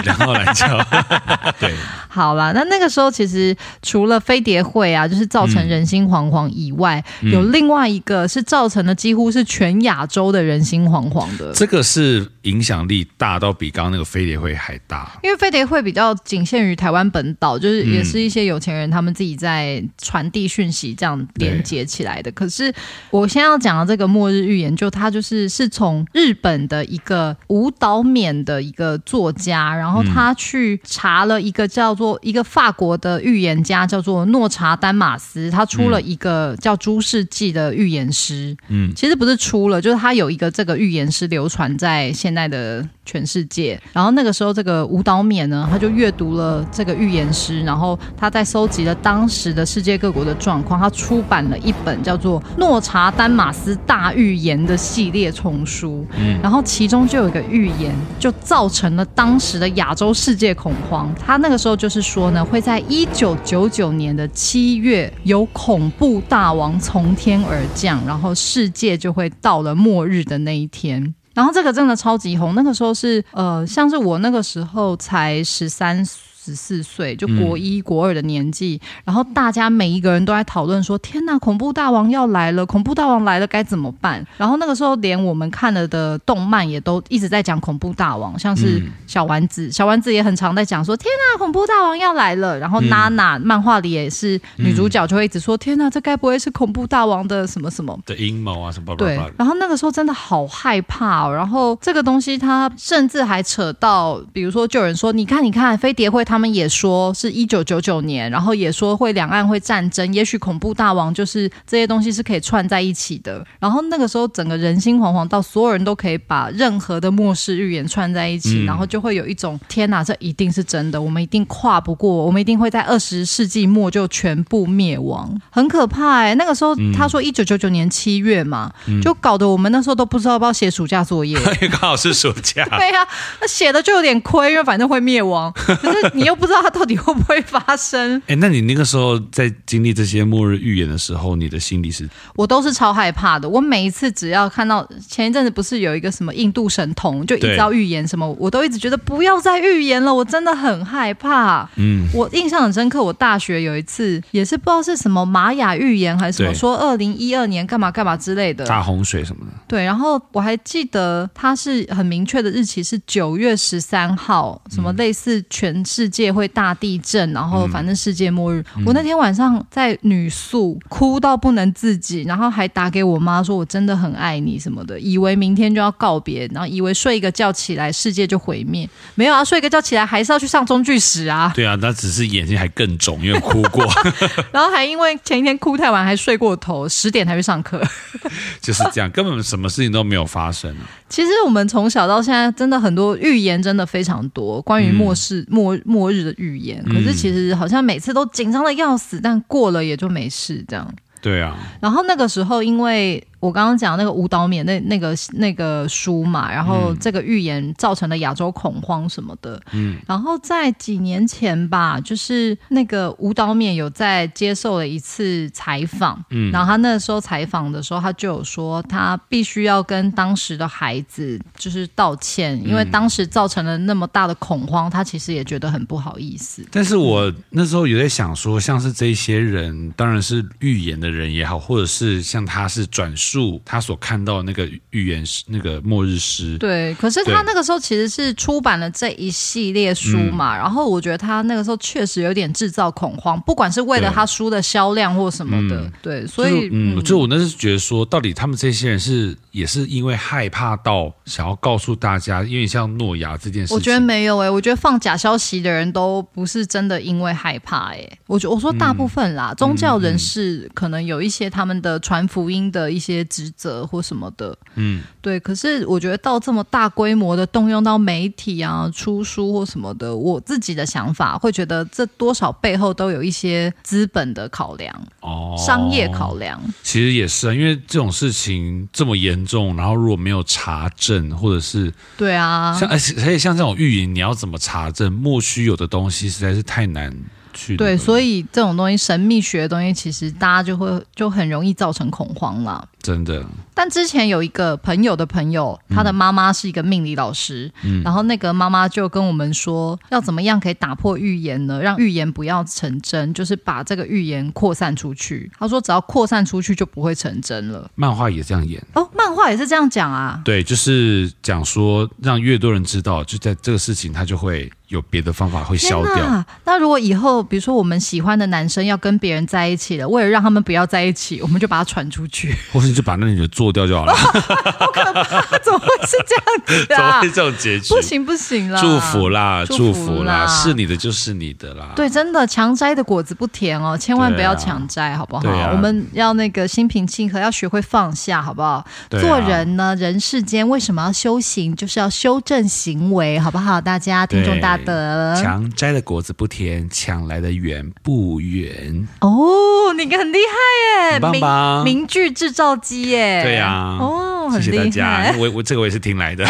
S3: 然后来教， 对，
S2: 好啦，那那个时候其实除了飞碟会啊，就是造成人心惶惶以外，
S3: 嗯
S2: 有另外一个是造成了几乎是全亚洲的人心惶惶的。
S3: 这个是影响力大到比刚刚那个飞碟会还大，
S2: 因为飞碟会比较仅限于台湾本岛，就是也是一些有钱人他们自己在传递讯息这样连接起来的。可是我先要讲的这个末日预言，就它就是是从日本的一个舞蹈免的一个作家，然后他去查了一个叫做一个法国的预言家叫做诺查丹马斯，他出了一个叫《诸世纪》的预言师。嗯，其实不是出了，就是他有一个这个预言师流传在现在的全世界。然后那个时候，这个舞蹈冕呢，他就阅读了这个预言师，然后他在搜集了当时的世界各国的状况，他出版了一本叫做《诺查丹马斯大预言》的系列丛书。嗯，然后其中就有一个预言，就造成了当时的亚洲世界恐慌。他那个时候就是说呢，会在一九九九年的七月有恐怖大王从天而降，然后世界就会到了末日的那一天。然后这个真的超级红，那个时候是呃，像是我那个时候才十三。十四岁就国一、国二的年纪，然后大家每一个人都在讨论说：“天呐，恐怖大王要来了！恐怖大王来了该怎么办？”然后那个时候连我们看了的动漫也都一直在讲恐怖大王，像是小丸子，小丸子也很常在讲说：“天呐，恐怖大王要来了！”然后娜娜、漫画里也是女主角就会一直说：“天呐，这该不会是恐怖大王的什么什么？”
S3: 的阴谋啊什么巴拉
S2: 对
S3: 巴拉，，
S2: 然后那个时候真的好害怕、哦，然后这个东西它甚至还扯到，比如说就有人说，你看你看，飞碟会他们也说是一九九九年，然后也说会两岸会战争，也许恐怖大王就是这些东西是可以串在一起的。然后那个时候整个人心惶惶到所有人都可以把任何的末世预言串在一起，然后就会有一种天哪，这一定是真的，我们一定跨不过，我们一定会在二十世纪末就全部灭亡，很可怕哎、那个时候他说一九九九年七月嘛，就搞得我们那时候都不知道要不要写暑假作业。
S3: 因为刚好是暑假，
S2: 对呀、那写的就有点亏，因为反正会灭亡，可是你又不知道它到底会不会发生。
S3: 哎，那你那个时候在经历这些末日预言的时候，你的心里是
S2: 我都是超害怕的。我每一次只要看到前一阵子不是有一个什么印度神童，就一直
S3: 对
S2: 要预言什么，我都一直觉得不要再预言了，我真的很害怕。嗯，我印象很深刻，我大学有一次也是不知道是什么玛雅预言还是什么，
S3: 对
S2: 说二零一二年干嘛干嘛之类的。
S3: 大洪水什么的，
S2: 对，然后我还记得它是很明确的日期是九月十三号，什么类似全世界会大地震，然后反正世界末日。我那天晚上在女宿哭到不能自己，然后还打给我妈说我真的很爱你什么的，以为明天就要告别，然后以为睡一个觉起来世界就毁灭，没有啊，睡一个觉起来还是要去上中剧史啊，
S3: 对啊，那只是眼睛还更肿，因为哭过，
S2: 然后还因为前一天哭太晚还睡过头，十点才去上课。
S3: 就是这样，根本什么事情都没有发生 啊。
S2: 其实我们从小到现在，真的很多预言，真的非常多关于末世、末末日的预言。可是其实好像每次都紧张的要死，但过了也就没事这样。
S3: 对啊，
S2: 然后那个时候，因为我刚刚讲那个舞蹈免那那个那个书嘛，然后这个预言造成了亚洲恐慌什么的。嗯，然后在几年前吧，就是那个舞蹈免有在接受了一次采访，嗯，然后他那时候采访的时候，他就有说他必须要跟当时的孩子就是道歉，因为当时造成了那么大的恐慌，他其实也觉得很不好意思。
S3: 但是我那时候也在想说，像是这些人，当然是预言的人也好，或者是像他是转述他所看到的那个预言诗、那个末日诗，
S2: 对，可是他
S3: 对嗯
S2: 那个时候其实是出版了这一系列书嘛，然后我觉得他那个时候确实有点制造恐慌，不管是为了
S3: 对
S2: 他书的销量或什么的，对，所
S3: 就是
S2: 以
S3: 嗯，就我那时候觉得说，到底他们这些人是也是因为害怕到想要告诉大家，因为像诺亚这件事情，
S2: 我觉得没有诶、欸我觉得放假消息的人都不是真的因为害怕诶、我觉我说大部分
S3: 嗯
S2: 啦，宗教人士可能有一些他们的传福音的一些职责或什么的，
S3: 嗯，
S2: 对。可是我觉得到这么大规模的动用到媒体啊、出书或什么的，我自己的想法会觉得这多少背后都有一些资本的考量、
S3: 哦，
S2: 商业考量。
S3: 其实也是啊，因为这种事情这么严重，然后如果没有查证，或者是
S2: 对啊，
S3: 像而且而且像这种预言，你要怎么查证？莫须有的东西实在是太难去
S2: 对，
S3: 以
S2: 所以这种东西神秘学的东西，其实大家就会就很容易造成恐慌啦。
S3: 真的
S2: 但之前有一个朋友的朋友，他的妈妈是一个命理老师，
S3: 嗯
S2: 然后那个妈妈就跟我们说，要怎么样可以打破预言呢？让预言不要成真，就是把这个预言扩散出去。他说，只要扩散出去就不会成真了。
S3: 漫画也这样演。
S2: 哦，漫画也是这样讲啊。
S3: 对，就是讲说让越多人知道，就在这个事情，它就会有别的方法会消掉。
S2: 呐！那如果以后，比如说我们喜欢的男生要跟别人在一起了，为了让他们不要在一起，我们就把他传出去。
S3: 或是你就把那女的做掉就好了，
S2: 他怎么会是这样子
S3: 怎么
S2: 啊
S3: 会？这种结局？
S2: 不行不行啦！
S3: 祝福啦，
S2: 祝福啦
S3: 祝福啦，是你的就是你的啦。
S2: 对，真的强摘的果子不甜哦，千万不要强摘，好不好？
S3: 对啊
S2: 我们要那个心平气和，要学会放下，好不好？
S3: 对啊
S2: 做人呢，人世间为什么要修行？就是要修正行为，好不好？大家
S3: 对，
S2: 听众大德
S3: 强摘的果子不甜，抢来的缘不远。
S2: 哦，你很厉害耶，
S3: 很棒吧
S2: 名名句制造机耶，
S3: 对呀
S2: 哎哦，很
S3: 谢谢大
S2: 厉
S3: 家
S2: 害，。
S3: 我我这个我也是 听来的。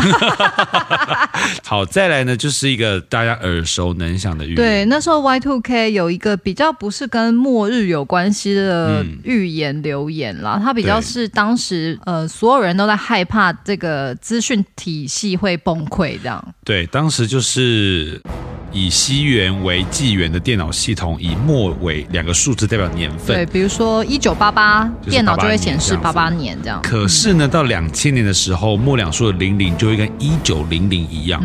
S3: 好，再来呢，就是一个大家耳熟能详的预言。
S2: 对，那时候 Y Two K 有一个比较不是跟末日有关系的预言留言啦，它比较
S3: 嗯对
S2: 是当时呃所有人都在害怕这个资讯体系会崩溃这样。
S3: 对，当时就是以西元为纪元的电脑系统，以末尾两个数字代表年
S2: 对，
S3: 份。
S2: 比如说一九八八，
S3: 就是
S2: 电脑就会
S3: 88
S2: 显示
S3: 年这
S2: 八
S3: 样子
S2: 八年这样。
S3: 可是呢，到两千年的时候，末两数的零零就会跟一九零零一样，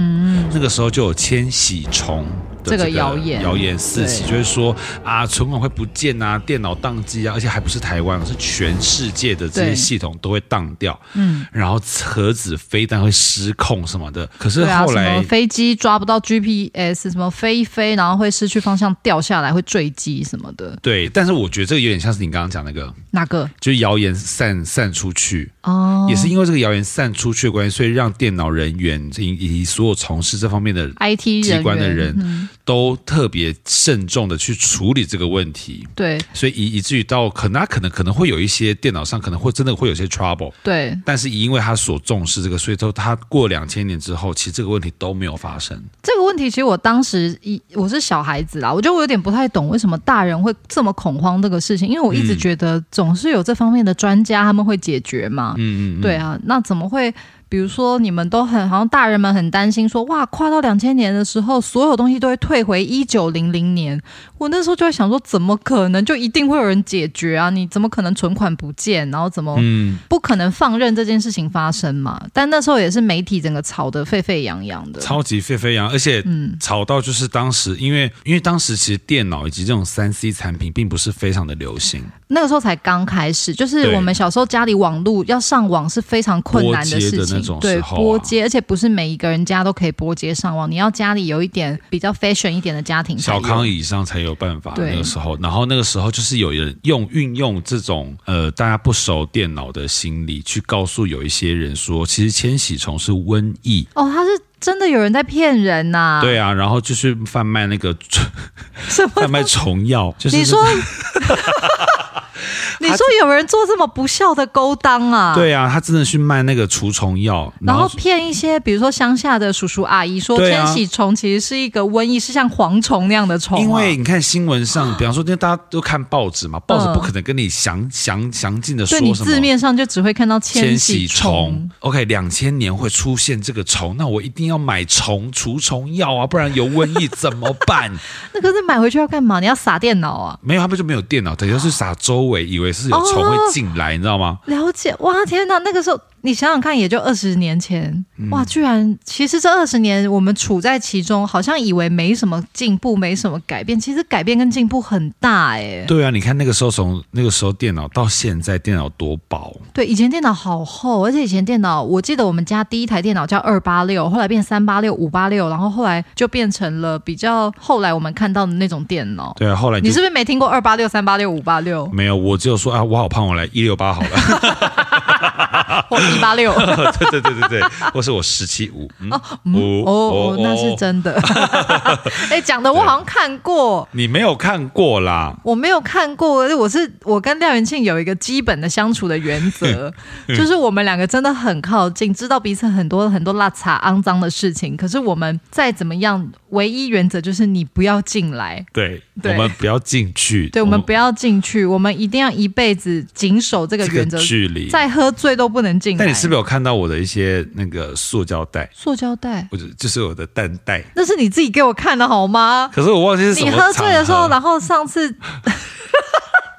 S3: 那个时候就有千禧虫
S2: 嗯
S3: 的
S2: 这个谣言
S3: 谣言四起，
S2: 对
S3: 就会说啊，存款会不见啊，电脑宕机啊，而且还不是台湾，是全世界的这
S2: 对
S3: 些系统都会宕掉，
S2: 嗯，
S3: 然后核子飞弹会失控什么的。可是
S2: 对啊，
S3: 后
S2: 什么
S3: 来
S2: 飞机抓不到 GPS，什么飞一飞，然后会失去方向掉下来，会坠机什么的，
S3: 对，但是我觉得这个有点像是你刚刚讲那个，
S2: 哪个？
S3: 就是谣言散散出去，
S2: 哦，
S3: 也是因为这个谣言散出去的关系，所以让电脑人员以及所有从事这方面的
S2: IT
S3: 机
S2: 人
S3: 关的
S2: 员
S3: 人都特别慎重的去处理这个问题，
S2: 对
S3: 所以以以至于到可能他可能可能会有一些电脑上可能会真的会有些 trouble。
S2: 对，
S3: 但是因为他所重视这个，所以说他过两千年之后，其实这个问题都没有发生。
S2: 这个问题其实我当时一我是小孩子啦，我觉得我有点不太懂为什么大人会这么恐慌这个事情，因为我一直觉得总是有这方面的专家他们会解决嘛。
S3: 嗯嗯，嗯
S2: 对啊，那怎么会比如说你们都很好像大人们很担心说，哇，跨到两千年的时候，所有东西都会退回一九零零年。我那时候就在想说，怎么可能？就一定会有人解决啊？你怎么可能存款不见？然后怎么
S3: 嗯，
S2: 不可能放任这件事情发生嘛？但那时候也是媒体整个吵得沸沸扬扬的。
S3: 超级沸沸扬，而且吵到就是当时，因为因为当时其实电脑以及这种三 C 产品并不是非常的流行，
S2: 那个时候才刚开始，就是
S3: 对
S2: 我们小时候家里网络要上网是非常困难
S3: 拨接
S2: 事
S3: 的
S2: 情，
S3: 那种
S2: 对
S3: 时，候啊
S2: 拨接，而且不是每一个人家都可以拨接上网，你要家里有一点比较 fashion 一点的家庭才
S3: 小
S2: 有。
S3: 康以上才有办法
S2: 对
S3: 那个时候。然后那个时候就是有人用运用这种呃大家不熟电脑的心理，去告诉有一些人说，其实千禧虫是瘟疫。
S2: 哦，他是真的有人在骗人呐、
S3: 对啊，然后就是贩卖那个
S2: 什么？
S3: 贩卖虫药，就 是
S2: 你 说，你说有人做这么不孝的勾当啊？。
S3: 对啊，他真的去卖那个除虫药，
S2: 然
S3: 然
S2: 后
S3: 后
S2: 骗一些，比如说乡下的叔叔阿姨说，
S3: 对
S2: 千
S3: 啊
S2: 禧虫其实是一个瘟疫，是像蝗虫那样的虫啊、
S3: 因为你看新 闻上，比方说，因为大家都看报纸嘛，报纸不可能跟你详详详尽的说
S2: 对
S3: 什
S2: 你
S3: 么。
S2: 字面上就只会看到
S3: 千
S2: 禧
S3: 禧虫，OK，两千年会出现这个虫，那我一定要买虫除虫药啊，不然有瘟疫怎么 办？
S2: 那可是买回去要干嘛？你要撒电脑啊？
S3: 没有，他们就没有电脑，等于是撒周围，以为是有虫会进来，你知 道吗？
S2: 了解哇！天哪，那个时候你想想看，也就二十年前、
S3: 嗯
S2: 哇，居然其实这二十年我们处在其中，好像以为没什么进步，没什么改变，其实改变跟进步很大哎、
S3: 对啊，你看那个时候从那个时候电脑到现在，电脑多薄，
S2: 对，以前电脑好厚，而且以前电脑，我记得我们家第一台电脑叫二八六，后来变三八六、五八六，然后后来就变成了比较后来我们看到的那种电脑。
S3: 对啊，后来就
S2: 你是不是没听过二八六、三八六、五八六
S3: 没有，我只有说啊，我好胖，我来一六八好了。
S2: 或一八六？
S3: 对对对对对，或是我十七五嗯五
S2: 哦，那是。真 的。哎，讲的我好像看过。
S3: 你没有看过啦，
S2: 我没有看过，我是我跟廖元庆有一个基本的相处的原 则，
S3: 嗯
S2: 就是我们两个真的很靠近，知道彼此很多很多邋遢肮脏的事情。可是我们再怎么样，唯一原则就是你不要进来，
S3: 对，
S2: 对
S3: 我们不要进去，
S2: 对我们不要进去，我们一定要一辈子谨守这个
S3: 这个
S2: 原则，
S3: 距离。
S2: 再喝醉都不能进来。
S3: 但你是不是有看到我的一些那个塑胶袋，
S2: 塑胶袋？
S3: 我就就是我的蛋袋，
S2: 那是你自己给我看的好吗？
S3: 可是我忘记是什么
S2: 你喝醉的时候，
S3: 场合
S2: 然后上次，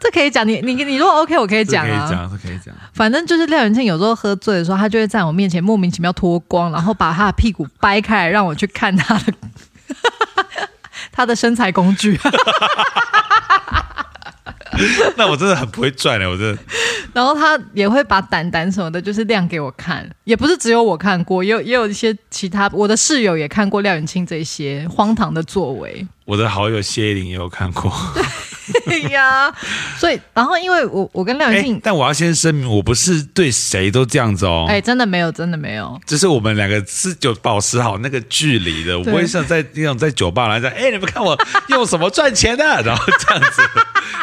S2: 这可以讲，你你你如果 OK，我可以讲啊。
S3: 这可以讲，这可以讲。
S2: 反正就是廖元庆有时候喝醉的时候，他就会在我面前莫名其妙脱光，然后把他的屁股掰开来，让我去看他的 他的身材工具，
S3: 那我真的很不会转嘞，我真的。
S2: 然后他也会把胆胆什么的，就是亮给我看。也不是只有我看过，也有也有一些其他我的室友也看过廖元庆这些荒唐的作 为。
S3: 我的好友谢依霖也有看过，
S2: 对呀，所以然后因为我我跟廖元
S3: 哎、
S2: 庆，
S3: 但我要先声明，我不是对谁都这样子哦，
S2: 哎、真的没有，真的没有。
S3: 就是我们两个是就保持好那个距离的，我不会像在那种在 酒吧来讲，哎、你们看我用什么赚钱的、 然后这样子，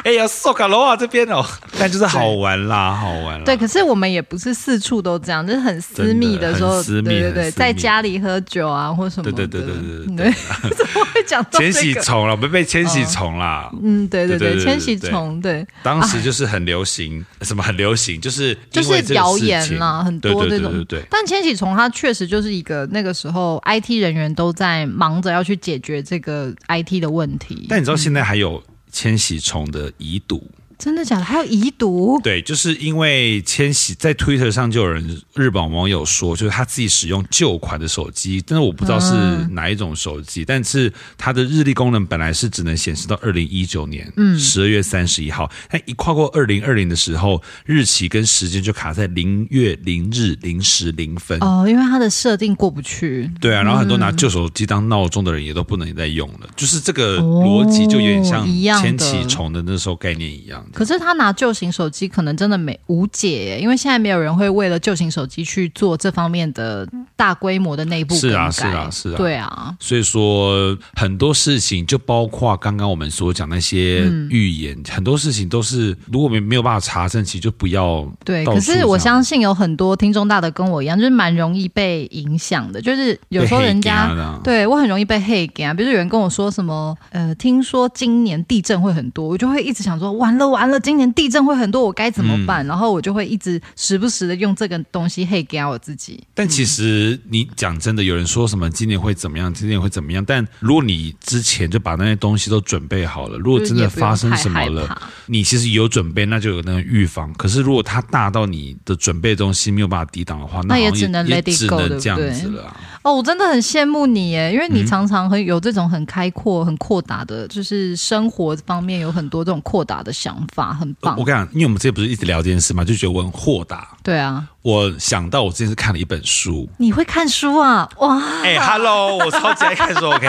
S3: 哎呀，受卡罗啊这边哦，但就是好玩啦，好玩啦。
S2: 对，可是我们也不是四处都这样，就是很私密
S3: 真的
S2: 时候，
S3: 很私密
S2: 对对
S3: 很
S2: 对，
S3: 私密
S2: 在家里喝酒啊或什么的，
S3: 对对对对对对
S2: 对怎么会讲到这
S3: 千禧
S2: 个？哦
S3: 虫了，我们被千禧虫啦。
S2: 嗯，对对
S3: 对对
S2: 对，
S3: 对
S2: 千禧
S3: 对对
S2: 虫，对，
S3: 当时就是很流行，什么很流行，就是
S2: 啊就
S3: 因为
S2: 是
S3: 这个
S2: 谣
S3: 事
S2: 言
S3: 情
S2: 啦，很
S3: 对
S2: 多
S3: 对
S2: 这
S3: 对
S2: 种
S3: 对。对对
S2: 但千禧虫它确实就是一个那个时候 IT 人员都在忙着要去解决这个 IT 的问题。
S3: 但你知道现在还有千禧虫的遗毒，
S2: 真的假的？还有遗毒？
S3: 对，就是因为千禧在 Twitter 上就有人日本网友说，就是他自己使用旧款的手机，但是我不知道是
S2: 嗯
S3: 哪一种手机，但是它的日历功能本来是只能显示到二零一九年
S2: 嗯
S3: 十二月三十一号，但一跨过二零二零的时候，日期跟时间就卡在零月零日零时零分。
S2: 哦，因为它的设定过不去。
S3: 对啊，然后很
S2: 嗯
S3: 多拿旧手机当闹钟的人也都不能再用了，就是这个逻辑就有点像
S2: 哦一样的
S3: 千禧虫的那时候概念一样的。
S2: 可是他拿旧型手机可能真的没无解耶，因为现在没有人会为了旧型手机去做这方面的大规模的内部
S3: 是啊
S2: 更改
S3: 是啊是啊
S2: 对啊，
S3: 所以说很多事情，就包括刚刚我们所讲那些
S2: 嗯
S3: 预言，很多事情都是如果没没有办法查证，其实就不要
S2: 对。
S3: 到
S2: 可
S3: 处
S2: 是我
S3: 这样
S2: 相信有很多听众大的跟我一样，就是蛮容易被影响的，就是有时候人
S3: 被啊
S2: 家
S3: 黑。压的
S2: 对我很容易被黑给啊，比如说有人跟我说什么，呃，听说今年地震会很多，我就会一直想说，完了完完了，今年地震会很多，我该怎么
S3: 嗯
S2: 办？然后我就会一直时不时的用这个东西嘿给我自己。
S3: 但其实你讲真的，有人说什么今年会怎么样，今年会怎么样？但如果你之前就把那些东西都准备好了，如果真的发生什么
S2: 就是也不用太害怕
S3: 了，你其实有准备，那就有那个预防。可是如果它大到你的准备东西没有办法抵挡的话，
S2: 那
S3: 好像
S2: 也
S3: 也
S2: 只能 let
S3: 也
S2: it
S3: 只
S2: go，对
S3: 能
S2: 不
S3: 这样
S2: 对
S3: 子了啊。
S2: 哦，我真的很羡慕你耶，因为
S3: 嗯
S2: 你常常很有这种很开阔、很阔达的，就是生活方面有很多这种阔达的想法，很
S3: 呃
S2: 棒
S3: 我。跟你讲，因为我们之前不是一直聊这件事嘛，就觉得我很豁达。
S2: 对啊，
S3: 我想到我之前是看了一本书，
S2: 你会看书啊？哇
S3: 哎、h e l l o 我超级爱看书。OK，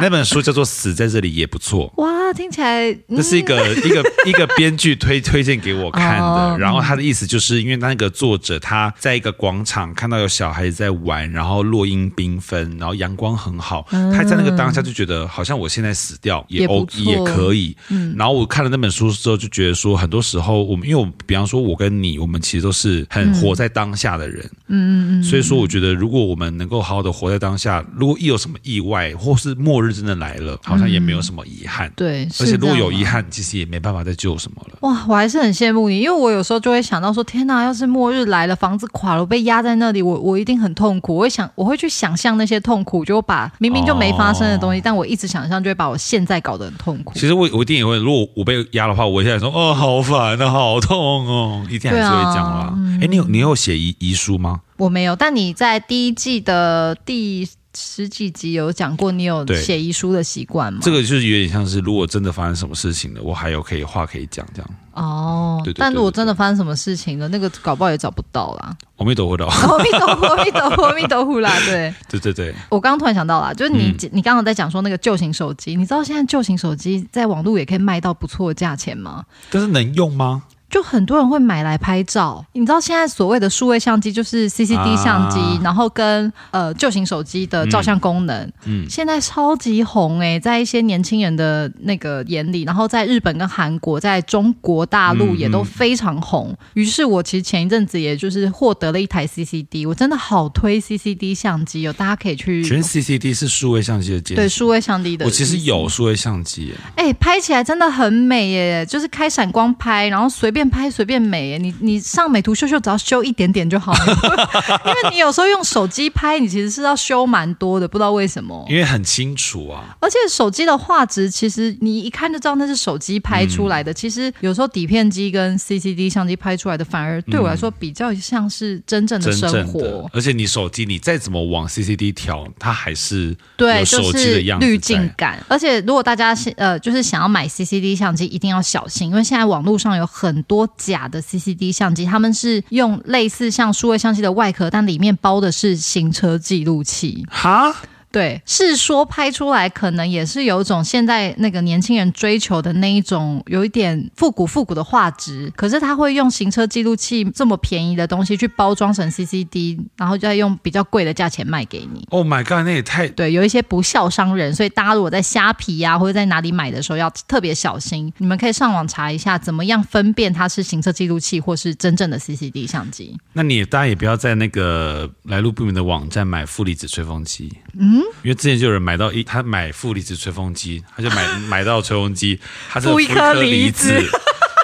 S3: 那 本书叫做《死在这里也不错》。
S2: 哇，听起来嗯
S3: 这是一个一个一个编剧推推荐给我看
S2: 哦
S3: 的，然后他的意思就是因为那个作者他在一个广场看到有小孩子在玩，然后落英缤纷，然后阳光很好，他在那个当下就觉得好像我现在死掉也
S2: 嗯也不
S3: O
S2: 错嗯
S3: 也可以。然后我看了那本书之后就觉得说，很多时候我们因为我比方说我跟你，我们其实都是
S2: 嗯
S3: 很活在当下的人，所以说，我觉得如果我们能够好好的活在当下，如果一有什么意外，或是末日真的来了，好像也没有什么遗憾。
S2: 对
S3: 而
S2: 是
S3: 且
S2: 这
S3: 如果
S2: 样
S3: 有
S2: 吗
S3: 遗憾，其实也没办法再救什么了。
S2: 哇，我还是很羡慕你，因为我有时候就会想到说，天哪，要是末日来了，房子垮了，我被压在那里，我我一定很痛苦。我会想，我会去想象那些痛苦，就把明明就没发生的东
S3: 哦
S2: 西，但我一直想象，就会把我现在搞得很痛苦。
S3: 其实我我一定也会，如果我被压的话，我现在说哦，好烦啊，好痛哦，一定还是会这样啦。
S2: 啊
S3: 哎、你有你有写遗遗书吗？
S2: 我没有，但你在第一季的第十几集有讲过，你有
S3: 对
S2: 写遗书的习惯吗？
S3: 这个就是有点像是，如果真的发生什么事情了，我还有可以话可以讲这样。
S2: 哦，
S3: 对对对
S2: 但如果
S3: 对对
S2: 真的发生什么事情了，那个搞不好也找不到 啦。
S3: 我没懂，我懂。
S2: 阿弥陀佛，阿弥陀佛，阿弥陀佛啦， 对。
S3: 对对对，
S2: 我刚刚突然想到啦，就是你、
S3: 嗯
S2: 你刚刚在讲说那个旧型手机，你知道现在旧型手机在网络也可以卖到不错的价钱吗？
S3: 但是能用吗？
S2: 就很多人会买来拍照。你知道现在所谓的数位相机就是 CCD
S3: 啊
S2: 相机，然后跟呃旧型手机的照相功能，
S3: 嗯
S2: 现在超级红诶、在一些年轻人的那个眼里，然后在日本跟韩国，在中国大陆
S3: 嗯
S2: 也都非常红。于是我其实前一阵子也就是获得了一台 CCD，我真的好推 CCD 相机哦，大家可以去
S3: 全 CCD 是数位相机的
S2: 对
S3: 监视。
S2: 数位相机的，
S3: 我其实有，数位相机耶，
S2: 哎、拍起来真的很美耶，就是开闪光拍，然后随便拍随便美耶。你你上美图秀秀只要修一点点就好了， 因为你有时候用手机拍，你其实是要修蛮多的，不知道为什么。
S3: 因为很清楚啊。
S2: 而且手机的画质，其实你一看就知道那是手机拍出来的。
S3: 嗯
S2: 其实有时候底片机跟 CCD 相机拍出来的，反而对我来说比较像是真正的
S3: 嗯真
S2: 生
S3: 正
S2: 活。
S3: 的，而且你手机你再怎么往 CCD 调，它还是
S2: 对，
S3: 有手
S2: 就
S3: 机
S2: 是
S3: 的样子
S2: 滤
S3: 在
S2: 镜感。而且如果大家是呃，就是想要买 CCD 相机，一定要小心，因为现在网络上有很多假的 CCD 相机，他们是用类似像数位相机的外壳，但里面包的是行车记录器。
S3: 哈，
S2: 对，是说拍出来可能也是有一种现在那个年轻人追求的那一种有一点复古复古的画质，可是他会用行车记录器这么便宜的东西去包装成 CCD，然后再用比较贵的价钱卖给你。
S3: Oh my god，那也太
S2: 对，有一些不孝商人，所以大家如果在虾皮呀、或者在哪里买的时候要特别小心。你们可以上网查一下，怎么样分辨它是行车记录器或是真正的 CCD 相机。
S3: 那你也大家也不要在那个来路不明的网站买负离子吹风机，嗯，因为之前就有人买到一，他买负离子吹风机，他就 买买到吹风机，他是
S2: 负一颗
S3: 离
S2: 离子，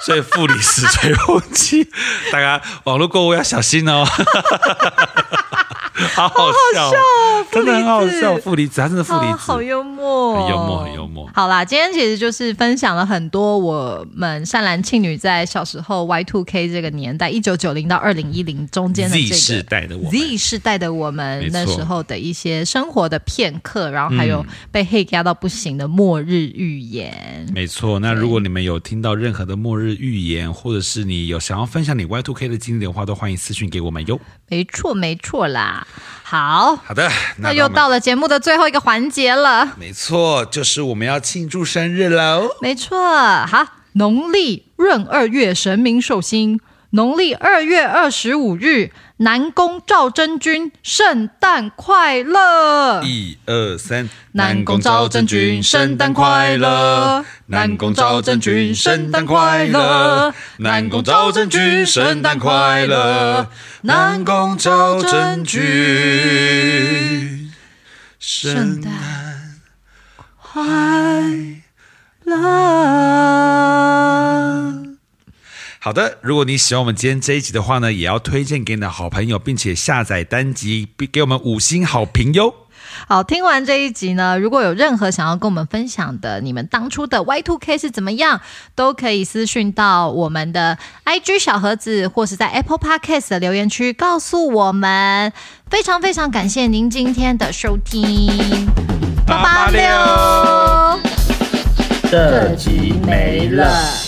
S3: 所以负离子吹风机，大家网络购物要小心哦。 好好笑，哦真的很好笑。负离子，哦它真的负离
S2: 啊，
S3: 子，
S2: 好幽默、哦
S3: 很幽默很幽默
S2: 好啦，今天其实就是分享了很多我们善男信女在小时候 Y two K 这个年代，一九九零到二零一零中间的
S3: Z
S2: 这个
S3: 世代的我们
S2: Z 世代的我们
S3: 没错嗯
S2: 那时候的一些生活的片刻，然后还有被黑压到不行的末日预言。
S3: 没错，那如果你们有听到任何的末日预言，或者是你有想要分享你 Y Two K 的经历的话，都欢迎私讯给我们哟。
S2: 没错，没错啦。好，
S3: 好的，
S2: 那
S3: 我
S2: 又
S3: 们
S2: 到了节目的最后一个环节了。
S3: 没错，就是我们要庆祝生日哦喽。
S2: 没错，好，农历闰二月神明寿星，农历二月二十五日，南宫赵真君圣诞快乐。
S3: 一二三，
S2: 南宫昭真君圣诞快乐南宫昭真君圣诞快乐南宫昭真君圣诞快乐南宫昭真君
S3: 圣
S2: 诞快乐。
S3: 好的，如果你喜欢我们今天这一集的话呢，也要推荐给你的好朋友，并且下载单集，并给我们五星好评哟。
S2: 好，听完这一集呢，如果有任何想要跟我们分享的，你们当初的 Y Two K 是怎么样，都可以私讯到我们的 IG 小盒子，或是在 Apple Podcast 的留言区告诉我们。非常非常感谢您今天的收听，八八六，
S4: 这集没了。